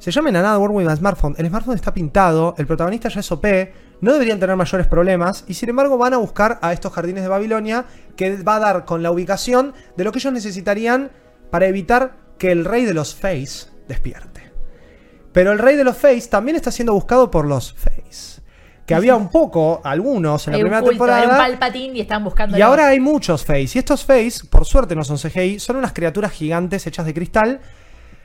Se llama Enanada World with a Smartphone. El smartphone está pintado, el protagonista ya es OP, no deberían tener mayores problemas, y sin embargo van a buscar a estos jardines de Babilonia que va a dar con la ubicación de lo que ellos necesitarían para evitar que el rey de los Face despierte. Pero el rey de los Face también está siendo buscado por los Face. Que había un poco, algunos, en la Hay un primera culto, temporada. hay un Palpatine y están buscando. Y ahora hay muchos Face. Y estos Face, por suerte no son CGI, son unas criaturas gigantes hechas de cristal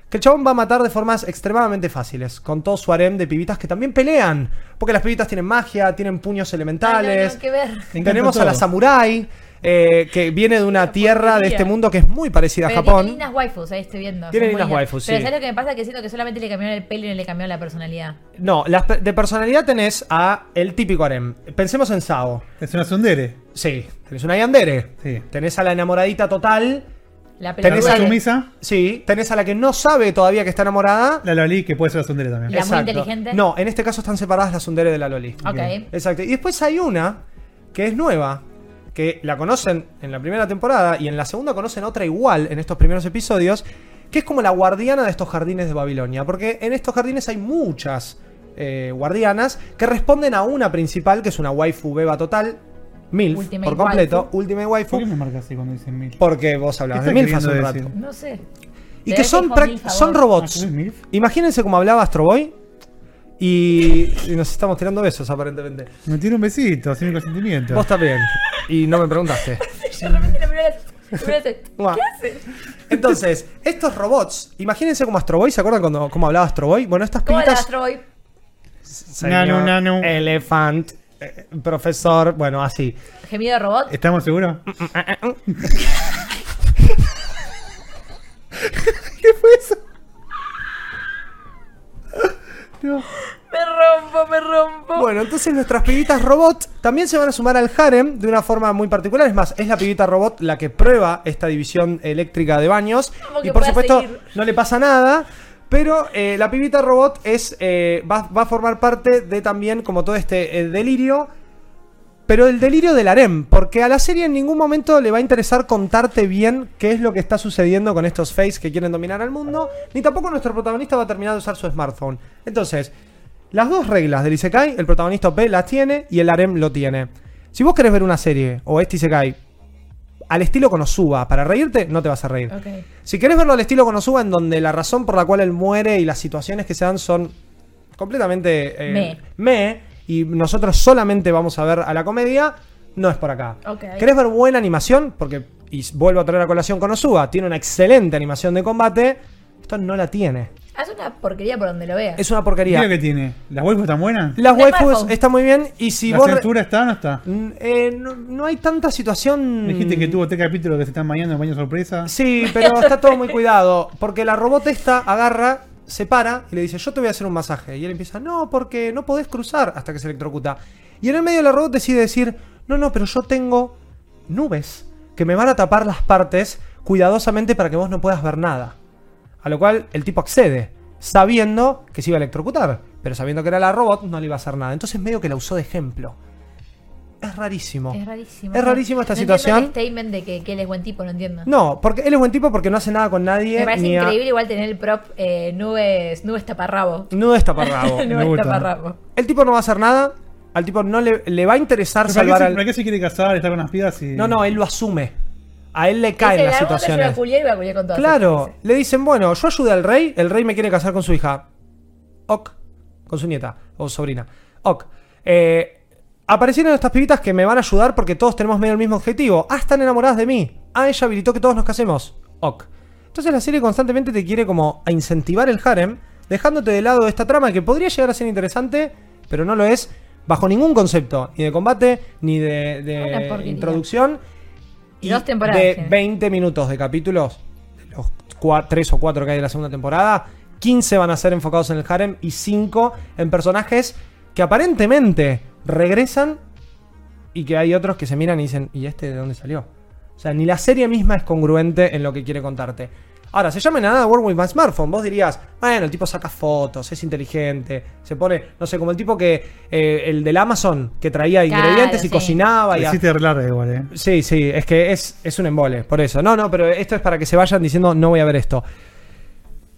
que el chabón va a matar de formas extremadamente fáciles, con todo su harem de pibitas que también pelean. Porque las pibitas tienen magia, tienen puños elementales. que ver. Me encanta Tenemos a todo. la samurai, eh, que viene de una Una tierra de porquería. este mundo que es muy parecida Pero a Japón. Tienen lindas waifus, ahí estoy viendo. Tienen Son muy lindas lindas. waifus, sí. Pero ¿sabes lo que me pasa? Que siento que solamente le cambiaron el pelo y no le cambiaron la personalidad. No, las pe- de personalidad tenés a el típico harem. Pensemos en Sao. Es una sundere. Sí, tenés una Yandere. Sí. Tenés a la enamoradita total. La Tenés pelotuda a La que- sumisa, Sí, tenés a la que no sabe todavía que está enamorada. la loli, que puede ser la sundere Y también. la muy inteligente. No, en este caso están separadas las Sundere de la Loli. Ok. Exacto. Y después hay una que es nueva, que la conocen en la primera temporada y en la segunda conocen otra igual en estos primeros episodios, que es como la guardiana de estos jardines de Babilonia, porque en estos jardines hay muchas eh, guardianas que responden a una principal, que es una waifu beba total, MILF, Ultimate por completo, Ultimate Waifu, ¿Por qué me marcas así cuando dicen mil? porque vos hablabas ¿Qué de está MILF hace un queriendo rato. decir? No sé. Y Te que dejo son, con prac- mi favor. son Ah, robots. ¿es MILF? Imagínense como hablaba Astro Boy y, y nos estamos tirando besos aparentemente. Me tiro un besito, así mi consentimiento. Vos también. Y no me preguntaste. Yo de repente la primera vez- la primera vez- Buah. Entonces, estos robots, imagínense como Astro Boy, ¿se acuerdan cuando cómo hablaba Astro Boy? Bueno, estas ¿Cómo la pibitas. Astro Boy? Señor Nanu, nanu. Elefant, eh, profesor, bueno, así. ¿Gemido de Eh. robot? ¿Estamos seguros? ¿Qué fue eso? No. Me rompo, me rompo. Bueno, entonces nuestras pibitas robot también se van a sumar al harem de una forma muy particular. Es más, es la pibita robot la que prueba esta división eléctrica de baños. Como Y que por pueda supuesto, seguir. no le pasa nada. Pero eh, la pibita robot es, eh, va, va a formar parte de también como todo este eh, delirio. Pero el delirio del harem, porque a la serie en ningún momento le va a interesar contarte bien qué es lo que está sucediendo con estos face que quieren dominar al mundo, ni tampoco nuestro protagonista va a terminar de usar su smartphone. Entonces, las dos reglas del Isekai, el protagonista P las tiene y el harem lo tiene. Si vos querés ver una serie o este Isekai al estilo Konosuba, para reírte, no te vas a reír. Ok. Si querés verlo al estilo Konosuba, en donde la razón por la cual él muere y las situaciones que se dan son completamente eh, Meh. meh, y nosotros solamente vamos a ver a la comedia, no es por acá. Ok. ¿Querés ver buena animación? Porque, y vuelvo a traer a colación Konosuba, tiene una excelente animación de combate, esto no la tiene. Haz una porquería por donde lo veas. Es una porquería. Mira que tiene. ¿Las waifus están buenas? Las De waifus Marvel. están muy bien, y si ¿La vos... re- censura está o no está? Mm, eh, no, no hay tanta situación... Dijiste que tuvo tres capítulos que se están bañando en baño sorpresa. Sí, pero está todo muy cuidado. Porque la robot esta agarra, se para y le dice, yo te voy a hacer un masaje. Y él empieza, no, porque no podés cruzar hasta que se electrocuta. Y en el medio la robot decide decir, no, no, pero yo tengo nubes que me van a tapar las partes cuidadosamente para que vos no puedas ver nada. A lo cual el tipo accede, sabiendo que se iba a electrocutar. Pero sabiendo que era la robot, no le iba a hacer nada. Entonces medio que la usó de ejemplo. Es rarísimo. Es rarísimo. Es rarísimo esta No situación. Entiendo el statement de que, este que él es buen tipo, no entiendo. No, porque él es buen tipo porque no hace nada con nadie. Me parece ni a- increíble igual tener el prop eh, nubes, nubes taparrabo. No es taparrabo. nubes me gusta. taparrabo. El tipo no va a hacer nada. Al tipo no le, le va a interesar ¿Para qué, salvar se, al. para qué se quiere casar, estar con las pibas y...? No, no, él lo asume. A él le caen Dice, "La las boca Yo la situaciones. culié y voy a culiar con todas. Claro, le dicen, bueno, yo ayudo al rey, el rey me quiere casar con su hija. Ok, con su nieta o sobrina. Ok. Eh, aparecieron estas pibitas que me van a ayudar porque todos tenemos medio el mismo objetivo. Ah, están enamoradas de mí. Ah, ella habilitó que todos nos casemos. Ok. Entonces la serie constantemente te quiere como a incentivar el harem, dejándote de lado esta trama que podría llegar a ser interesante, pero no lo es bajo ningún concepto, ni de combate, ni de, de Una porquería. introducción. Y dos temporadas De tiene. 20 minutos de capítulos, de los 3 o 4 que hay de la segunda temporada, 15 van a ser enfocados en el harem y 5 en personajes que aparentemente regresan y que hay otros que se miran y dicen, ¿y este de dónde salió? O sea, ni la serie misma es congruente en lo que quiere contarte. Ahora, se llama nada World with My Smartphone. Vos dirías, bueno, el tipo saca fotos, es inteligente, se pone, no sé, como el tipo que, eh, el del Amazon, que traía ingredientes y sí. cocinaba y Le hiciste arreglar igual, eh. Sí, sí, es que es, es un embole, por eso. No, no, pero esto es para que se vayan diciendo, no voy a ver esto.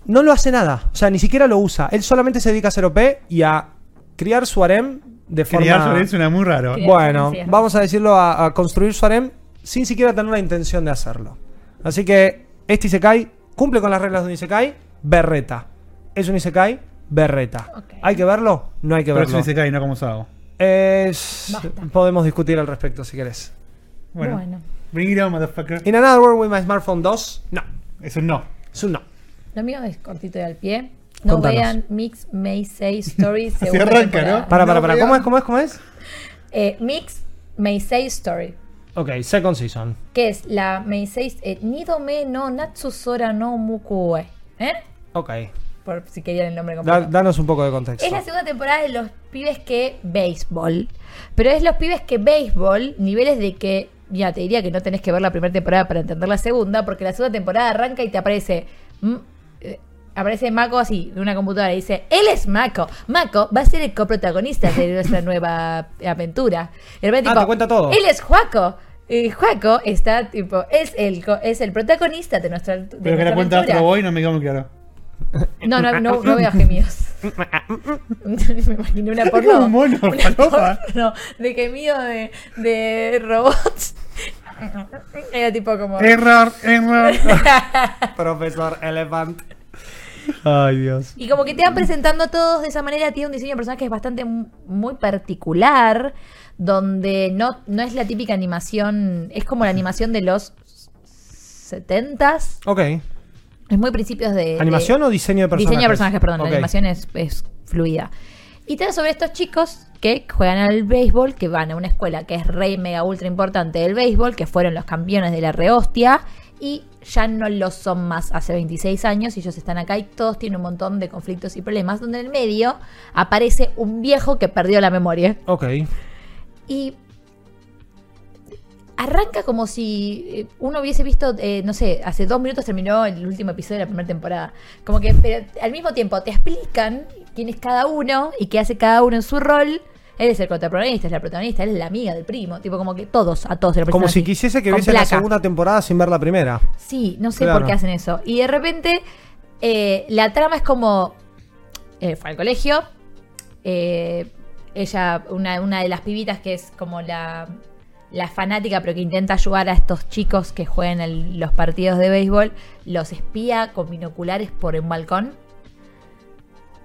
No lo hace nada, o sea, ni siquiera lo usa. Él solamente se dedica a ser OP y a criar su harem de forma... Criar sobre él suena muy raro. Criar. Bueno, Sí, es vamos a decirlo, a, a construir su harem sin siquiera tener la intención de hacerlo. Así que este Isekai cumple con las reglas de un Isekai, berreta. Es un Isekai, berreta. Ok. ¿Hay que verlo? No hay que Pero si verlo. se cae, no como Sao. Es- Basta. Podemos discutir al respecto si querés. Bueno. Bueno. Bring it on, motherfucker. In Another World with My Smartphone 2, no. Es un no. Es un no. Lo mío es cortito y al pie. No Contanos. vean Mix May 6 Story Así segunda arranca, temporada. ¿no? Para, para, No, para. vean. ¿Cómo es? ¿Cómo es? ¿Cómo es? Eh, Mix May 6 Story. Ok, Second Season. Que es la May 6 eh, Nidome no Natsusora no Mukue. ¿Eh? Ok. Por si querían el nombre completo. Da- danos un poco de contexto. Es la segunda temporada de los pibes que béisbol. Pero es los pibes que béisbol, niveles de que. Ya te diría que no tenés que ver la primera temporada para entender la segunda, porque la segunda temporada arranca y te aparece. mm, eh, aparece Mako así, de una computadora, y dice: Él es Mako. Mako va a ser el coprotagonista de nuestra nueva aventura. Y de repente, Ah, tipo, te cuenta todo. Él es Juaco. Y Juaco está tipo, es el, co- es el protagonista de nuestra. de Pero que nuestra la cuenta de aventura. Astro Boy no me quedó muy claro. No, no, no, no veo gemidos. Me imaginé una porno. como un mono, una falopa. porno de gemido de, de robots. Era tipo como. Error, error. Profesor Elephant. Ay, Dios. Y como que te van presentando a todos de esa manera, tiene un diseño de personajes bastante mu- muy particular, donde no, no es la típica animación, es como la animación de los 70s, Ok. es muy principios de... ¿Animación de- o diseño de personajes? Diseño de personajes, perdón, Ok. la animación es, es fluida. Y trata sobre estos chicos que juegan al béisbol, que van a una escuela que es rey mega ultra importante del béisbol, que fueron los campeones de la rehostia y ya no lo son más hace 26 años, y ellos están acá y todos tienen un montón de conflictos y problemas, donde en el medio aparece un viejo que perdió la memoria. Ok. Y arranca como si eh, uno hubiese visto, eh, no sé, hace dos minutos terminó el último episodio de la primera temporada. Como que pero al mismo tiempo te explican quién es cada uno y qué hace cada uno en su rol. Él es el protagonista, es la protagonista, él es la amiga del primo, tipo como que todos, a todos. se lo presentan Como si así, quisiese que con viese la placa. segunda temporada sin ver la primera. Sí, no sé Claro. por qué hacen eso. Y de repente eh, la trama es como eh, fue al colegio, eh, ella, una, una de las pibitas que es como la, la fanática, pero que intenta ayudar a estos chicos que juegan el- los partidos de béisbol, los espía con binoculares por un balcón.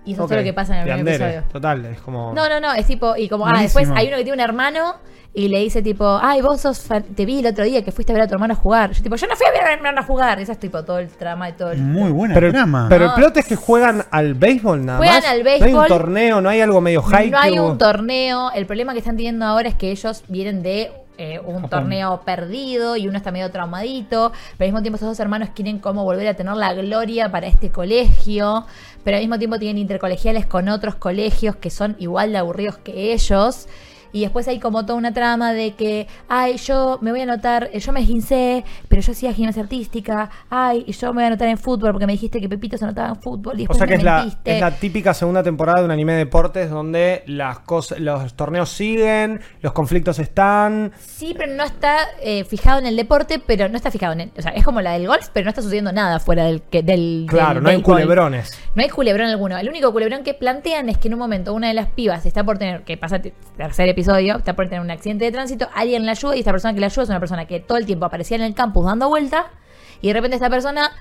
Y eso Ok. es todo lo que pasa en el De primer Andere, episodio. Total, es como. No, no, no, es tipo, y como, ah, Buenísimo. después hay uno que tiene un hermano y le dice tipo, ay, vos sos, fan- te vi el otro día que fuiste a ver a tu hermano jugar. Yo tipo, yo no fui a ver a mi hermano jugar. Esa es tipo todo el trama y todo el... Muy buena Pero, trama. pero el No. plot es que juegan al béisbol nada Juegan más. al No hay un béisbol. torneo, no hay algo medio high. No hay un torneo. El problema que están teniendo ahora es que ellos vienen de eh, un torneo perdido y uno está medio traumadito. Pero al mismo tiempo estos dos hermanos quieren como volver a tener la gloria para este colegio. Pero al mismo tiempo tienen intercolegiales con otros colegios que son igual de aburridos que ellos. Y después hay como toda una trama de que, ay, yo me voy a anotar, eh, yo me esguincé, pero yo hacía gimnasia artística, ay, y yo me voy a anotar en fútbol porque me dijiste que Pepito se anotaba en fútbol y O después sea que me es la, mentiste". es la típica segunda temporada de un anime de deportes donde las cosas, los torneos siguen, los conflictos están. Sí, pero no está eh, fijado en el deporte, pero no está fijado en el. O sea, es como la del golf, pero no está sucediendo nada fuera del. Que, del Claro, del no hay béisbol. culebrones. No hay culebrón alguno. El único culebrón que plantean es que en un momento una de las pibas está por tener, que pasa t- tercer episodio, está por tener un accidente de tránsito, alguien la ayuda y esta persona que la ayuda es una persona que todo el tiempo aparecía en el campus dando vuelta y de repente esta persona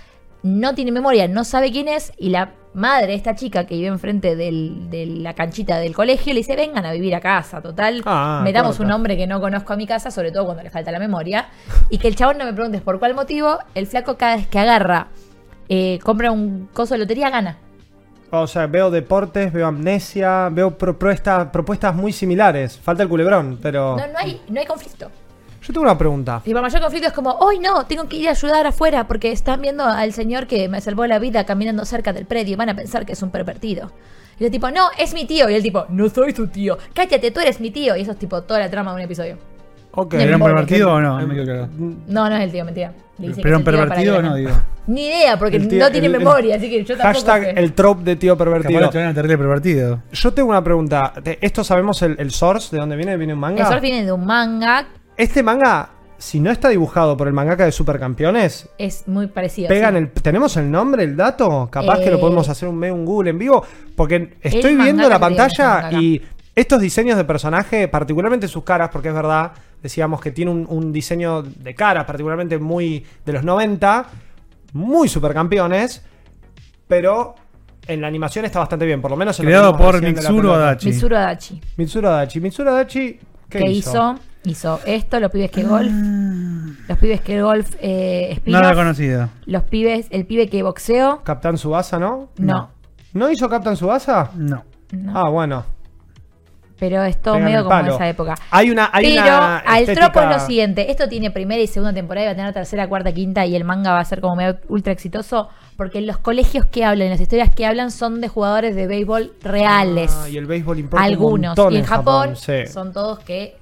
no tiene memoria, no sabe quién es y la madre, de esta chica que vive enfrente del- de la canchita del colegio, le dice vengan a vivir a casa, total, Ah, metamos corta. un hombre que no conozco a mi casa, sobre todo cuando le falta la memoria, y que el chabón no me preguntes por cuál motivo, el flaco cada vez que agarra, eh, compra un coso de lotería, gana. O sea, veo deportes, veo amnesia, veo propuestas, propuestas muy similares. Falta el culebrón, pero. No, no hay, no hay conflicto. Yo tengo una pregunta. Y el mayor conflicto es como, hoy no, tengo que ir a ayudar afuera porque están viendo al señor que me salvó la vida caminando cerca del predio y van a pensar que es un pervertido. Y el tipo, no, es mi tío. Y el tipo, no soy tu tío. Cállate, tú eres mi tío. Y eso es tipo toda la trama de un episodio. Ok. No me ¿Era un importa. pervertido o no? No me quedó claro. No, no es el tío, mentira. Le dice que Pero es un el tío para pervertido que o la- no, digo. Ni idea, porque El tío- no tiene el- el- memoria, así que yo tampoco sé. Hashtag el trope de tío Capaz pervertido. lo tuvieron terrible pervertido. Yo tengo una pregunta. ¿De- ¿Esto sabemos el, el source? ¿De dónde viene? ¿Viene un El manga? surf viene de un manga, Este manga, si no está dibujado por el mangaka de Supercampeones, es muy parecido. pegan sí. el. ¿Tenemos el nombre, el dato? Capaz que lo Eh. podemos hacer un, medio un Google en vivo. Porque estoy mangaka viendo la que tiene ese pantalla mangaka. y estos diseños de personaje, particularmente sus caras, porque es verdad, decíamos que tiene un, un diseño de caras, particularmente muy de los 90, muy supercampeones, pero. En la animación está bastante bien, por lo menos en lo que Creado vimos por recién de la Mitsuru pelota. Adachi. Mitsuru Adachi. Mitsuru Adachi. Mitsuru Adachi, ¿qué que hizo? hizo? Hizo esto, los pibes que golf. Ah. Los pibes que golf eh, spin-off, Nada conocido. Los pibes, el pibe que boxeo. Captain Subasa, ¿no? No. ¿No hizo Captain Subasa? No. no. Ah, bueno. Pero es todo Pegan el medio como en palo. esa época. Hay una. Hay Pero una al estética- tropo es lo siguiente. Esto tiene primera y segunda temporada y va a tener tercera, cuarta, quinta y el manga va a ser como medio ultra exitoso porque los colegios que hablan, las historias que hablan son de jugadores de béisbol reales. Ah, y el béisbol importa. un algunos. montón Y en Japón, sí. son todos que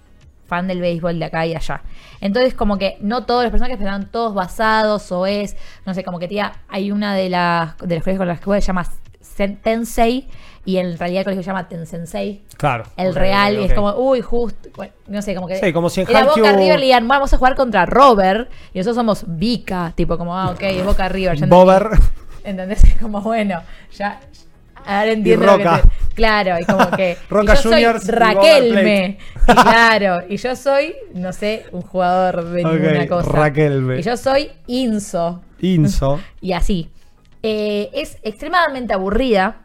fan del béisbol de acá y allá. Entonces, como que no todos los personajes pero están todos basados o es, no sé, como que tía, hay una de las de los colegios con las que voy, se llama Sen- Tensei y en realidad el colegio se llama Tensensei. Claro. El Ok, real, y es ok. como, uy, justo, bueno, no sé, como que... Sí, como si en era Boca Haikyuu- River le digan, vamos a jugar contra Robert, y nosotros somos Vika, tipo como, ah, ok, es Boca River. ya entendí. Bober. ¿Entendés? Es como, bueno, ya... Ahora entiendo lo que Roca. te- Claro, y como que... y Roca yo soy Juniors y Raquelme. Y claro, y yo soy, no sé, un jugador de Ok, ninguna cosa. Raquelme. Y yo soy Inso, Inso. y así. Eh, es extremadamente aburrida.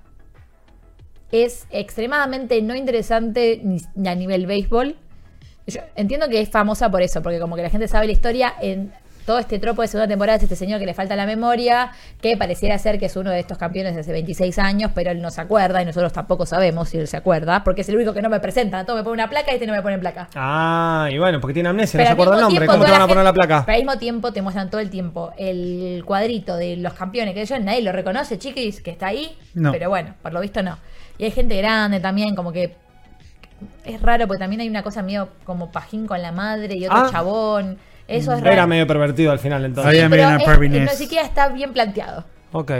Es extremadamente no interesante ni- ni a nivel béisbol. Yo entiendo que es famosa por eso, porque como que la gente sabe la historia en todo este tropo de segunda temporada es este señor que le falta la memoria, que pareciera ser que es uno de estos campeones de hace 26 años, pero él no se acuerda y nosotros tampoco sabemos si él se acuerda, porque es el único que no me presenta. Todo me pone una placa y este no me pone placa. Ah, y bueno, porque tiene amnesia, no Pero se al acuerda el mismo nombre. tiempo, ¿Cómo te toda van a poner la placa? Pero al mismo tiempo te muestran todo el tiempo el cuadrito de los campeones que ellos, nadie lo reconoce, chiquis, que está ahí. No. Pero bueno, por lo visto no. Y hay gente grande también, como que es raro, porque también hay una cosa medio como pajín con la madre y otro Ah. Mm. chabón. Eso es Era raro. medio pervertido al final, entonces. Había medio Pero una es- perviness. no siquiera está bien planteado. Ok.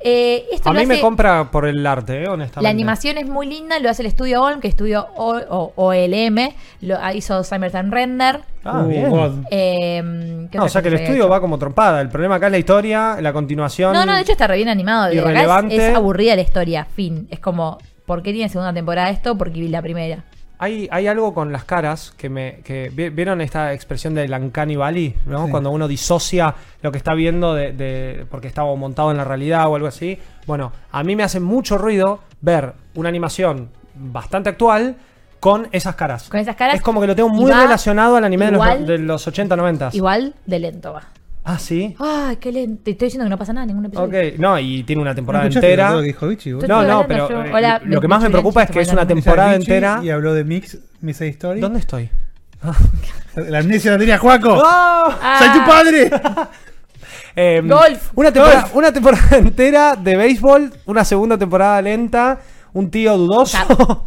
Eh, esto A lo mí me hace- compra por el arte, eh, honestamente. la animación es muy linda, lo hace el estudio OLM, que estudio O- o- OLM, lo hizo Summertime Render. Ah, Uh, bien. God. Eh, ¿qué No, o otra sea que el cosa había estudio hecho? va como trompada. El problema acá es la historia, la continuación. No, no, de hecho está re bien animado. De acá es- irrelevante. es, aburrida la historia, fin. Es como, ¿por qué tiene segunda temporada esto? Porque vi la primera. Hay, hay algo con las caras que me. Que, vi- ¿Vieron esta expresión del Uncanny Valley? ¿no? Sí. Cuando uno disocia lo que está viendo de, de- porque estaba montado en la realidad o algo así. Bueno, a mí me hace mucho ruido ver una animación bastante actual con esas caras. Con esas caras. Es como que lo tengo y muy va relacionado al anime de los- igual- de los, 80, 90. Igual Oh, de lento va. Ah, sí. Ay, qué lento. Te estoy diciendo que no pasa nada en ningún episodio. Ok, no, y tiene una temporada ¿No escuchaste entera. lo que dijo Vichy, vos? Yo No, estoy no, hablando pero yo. eh, Hola, lo que me- más me me preocupa es estoy que es una bailando. temporada Vichy entera. Y habló de Mix, mi Side Story. ¿Dónde estoy? La amnesia la tenía Juaco. ¡Ah! Ah, ¡Soy tu padre! Em, Golf. Una temporada, Golf. una temporada entera de béisbol, una segunda temporada lenta, un tío o dudoso.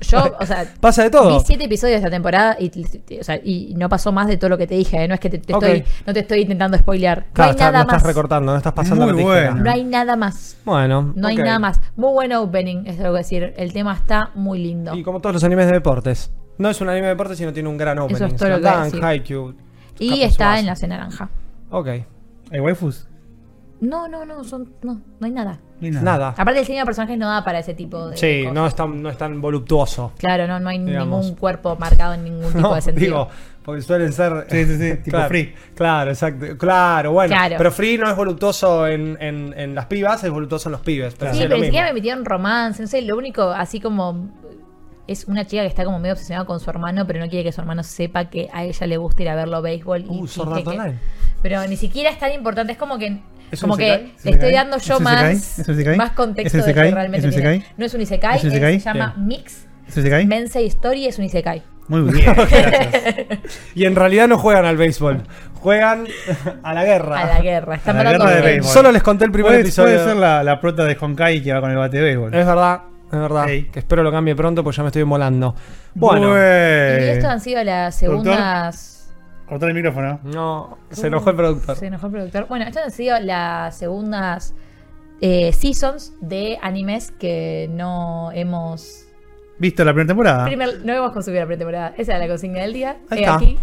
sea, yo, o sea, Pasa de todo. Vi siete episodios de esta temporada y, o sea, y no pasó más de todo lo que te dije. ¿eh? No es que te, te Ok. estoy, no te estoy intentando spoilear. Claro, no hay está- nada no estás más. recortando, no estás pasando Muy la tijera. bueno. No hay nada más. Bueno, No ok. hay nada más. Muy buen opening, es lo que decir. El tema está muy lindo. Y como todos los animes de deportes. No es un anime de deportes, sino tiene un gran opening. es todo lo que Slam voy a Dunk, decir. Haikyuu, Y Captain está Tsubasa. en la C naranja. Ok, Hay waifus. No, no, no, son, no, no hay nada. Ni nada. Aparte el diseño de personajes no da para ese tipo de Ah. Sí, cosas. no es, tan, no es tan voluptuoso. Claro, no, no hay Digamos. ningún cuerpo marcado en ningún tipo No, de sentido. digo, porque suelen ser. eh, Sí, sí, sí, tipo claro, free. Claro, exacto. Claro, bueno. Claro. Pero free no es voluptuoso en, en- en las pibas, es voluptuoso en los pibes. Pero sí, sí, es pero lo ni siquiera me mismo. metieron romance, no sé, lo único así como es una chica que está como medio obsesionada con su hermano, pero no quiere que su hermano sepa que a ella le gusta ir a verlo béisbol y Uh, Sword finge Art que- Online. Pero ni siquiera es tan importante, es como que ¿Es como un que isekai? ¿Es le un estoy isekai? dando yo ¿Es un isekai? más, ¿Es un isekai? más ¿Es un contexto de lo isekai? que realmente ¿Es un tiene. isekai? No es un isekai, ¿Es un es- isekai? se llama Bien. Mix, ¿Eso es Isekai? Mense Story es un isekai. Muy bien. gracias. Y en realidad no juegan al béisbol, juegan a la guerra. A la guerra. Están A la matando guerra de gente. béisbol. Solo les conté el primer Puede, episodio. Eh, puede ser la, la prota de Honkai que va con el bate de béisbol. Es verdad, es verdad. Ey. Que espero lo cambie pronto porque ya me estoy molando. Bueno. Y esto han sido las segundas. Cortar el micrófono. No, se enojó el productor. Se enojó el productor. Bueno, estas han sido las segundas eh, seasons de animes que no hemos. ¿Visto la primera temporada? primer- no hemos consumido la primera temporada. Esa era la consigna del día. Ahí He está. aquí.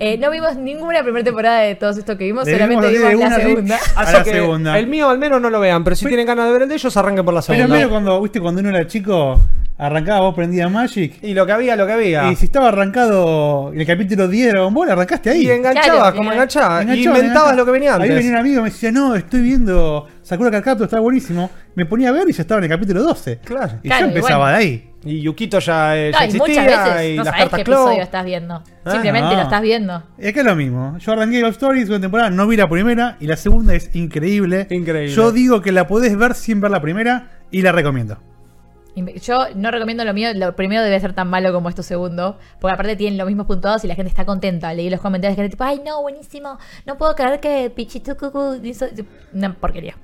Eh, no vimos ninguna primera temporada de todo esto que vimos, Le solamente dimos vimos la de una, segunda. sí. Así A la que segunda. El mío al menos no lo vean, pero si tienen ganas de ver el de ellos, arranquen por la Pero segunda. medio cuando, viste, cuando uno era chico, arrancaba, vos prendías Magic. Y lo que había, lo que había. Y si estaba arrancado el capítulo 10 de Dragon Ball, arrancaste ahí. Y enganchabas, Claro, como eh, enganchabas. Enganchaba, y inventabas enganchaba. lo que venía antes. Ahí venía un amigo y me decía, no, estoy viendo Sakura Carcato, está buenísimo. Me ponía a ver y ya estaba en el capítulo 12. Claro. Y Claro, yo y empezaba bueno. de ahí. Y Yukito ya, eh, ya Ay, existía. muchas veces y no las sabes cartas qué Claw. episodio estás viendo. Ah, Simplemente no. lo estás viendo. Y acá es lo mismo. Yo arranqué Golf Story, segunda temporada, no vi la primera y la segunda es increíble. Increíble. Yo digo que la podés ver sin ver la primera y la recomiendo. Inve- Yo no recomiendo lo mío, lo primero debe ser tan malo como esto segundo, porque aparte tienen los mismos puntados y la gente está contenta. Leí los comentarios de gente tipo, ay no, buenísimo, no puedo creer que Pichitukuku hizo una porquería.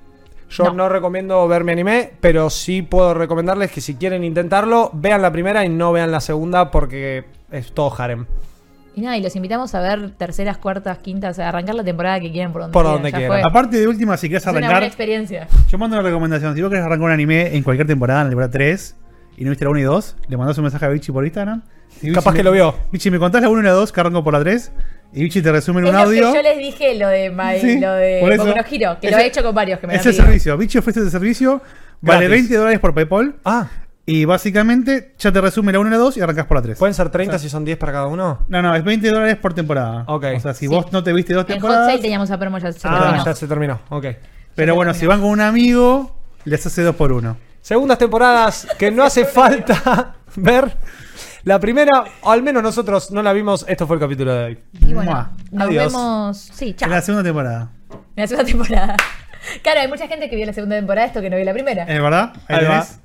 Yo no. No. recomiendo ver mi anime, pero sí puedo recomendarles que si quieren intentarlo, vean la primera y no vean la segunda porque es todo harem. Y nada, y los invitamos a ver terceras, cuartas, quintas, a arrancar la temporada que quieran por donde Por quieran. donde ya quieran. fue. Aparte de última, si quieres Es una buena arrancar, experiencia. yo mando una recomendación. Si vos querés arrancar un anime en cualquier temporada, en la temporada 3, y no viste la 1 y 2, le mandás un mensaje a Vichy por Instagram. Si Vichy Capaz me- que lo vio. Vichy, me contás la 1 y la 2, que arranco por la 3, y Vichy te resume en Es un lo que audio. yo les dije lo de, Mai- Sí, lo de por eso. Boku no Hero, que lo Ese- he hecho con varios que me Es han el pedido. servicio. Vichy ofrece ese servicio. Vale Gratis. 20 dólares por PayPal. Ah, Y básicamente ya te resume la 1 y la 2 y arrancas por la 3. ¿pueden ser 30 si son 10 para cada uno? No, no, es 20 dólares por temporada. Ok. O sea, Sí. si vos no te viste dos En Hot temporadas. Sale teníamos a promo ya se ah, terminó. ya se terminó. Ok. Pero bueno, si van con un amigo, les hace dos por uno. Segundas temporadas que no hace falta ver. La primera, o al menos nosotros no la vimos. Esto fue el capítulo de hoy. Y bueno, Mua. nos Adiós. vemos. Sí, chao. En la segunda temporada. En la segunda temporada. Claro, hay mucha gente que vio la segunda temporada esto que no vio la primera. ¿Es verdad? Ahí Ahí va. tenés.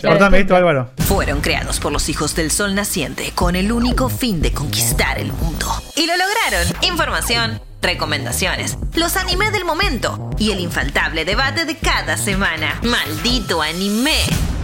Cortame esto, Álvaro. Fueron creados por los hijos del sol naciente con el único fin de conquistar el mundo. Y lo lograron. Información, recomendaciones, los anime del momento y el infaltable debate de cada semana. ¡Maldito anime!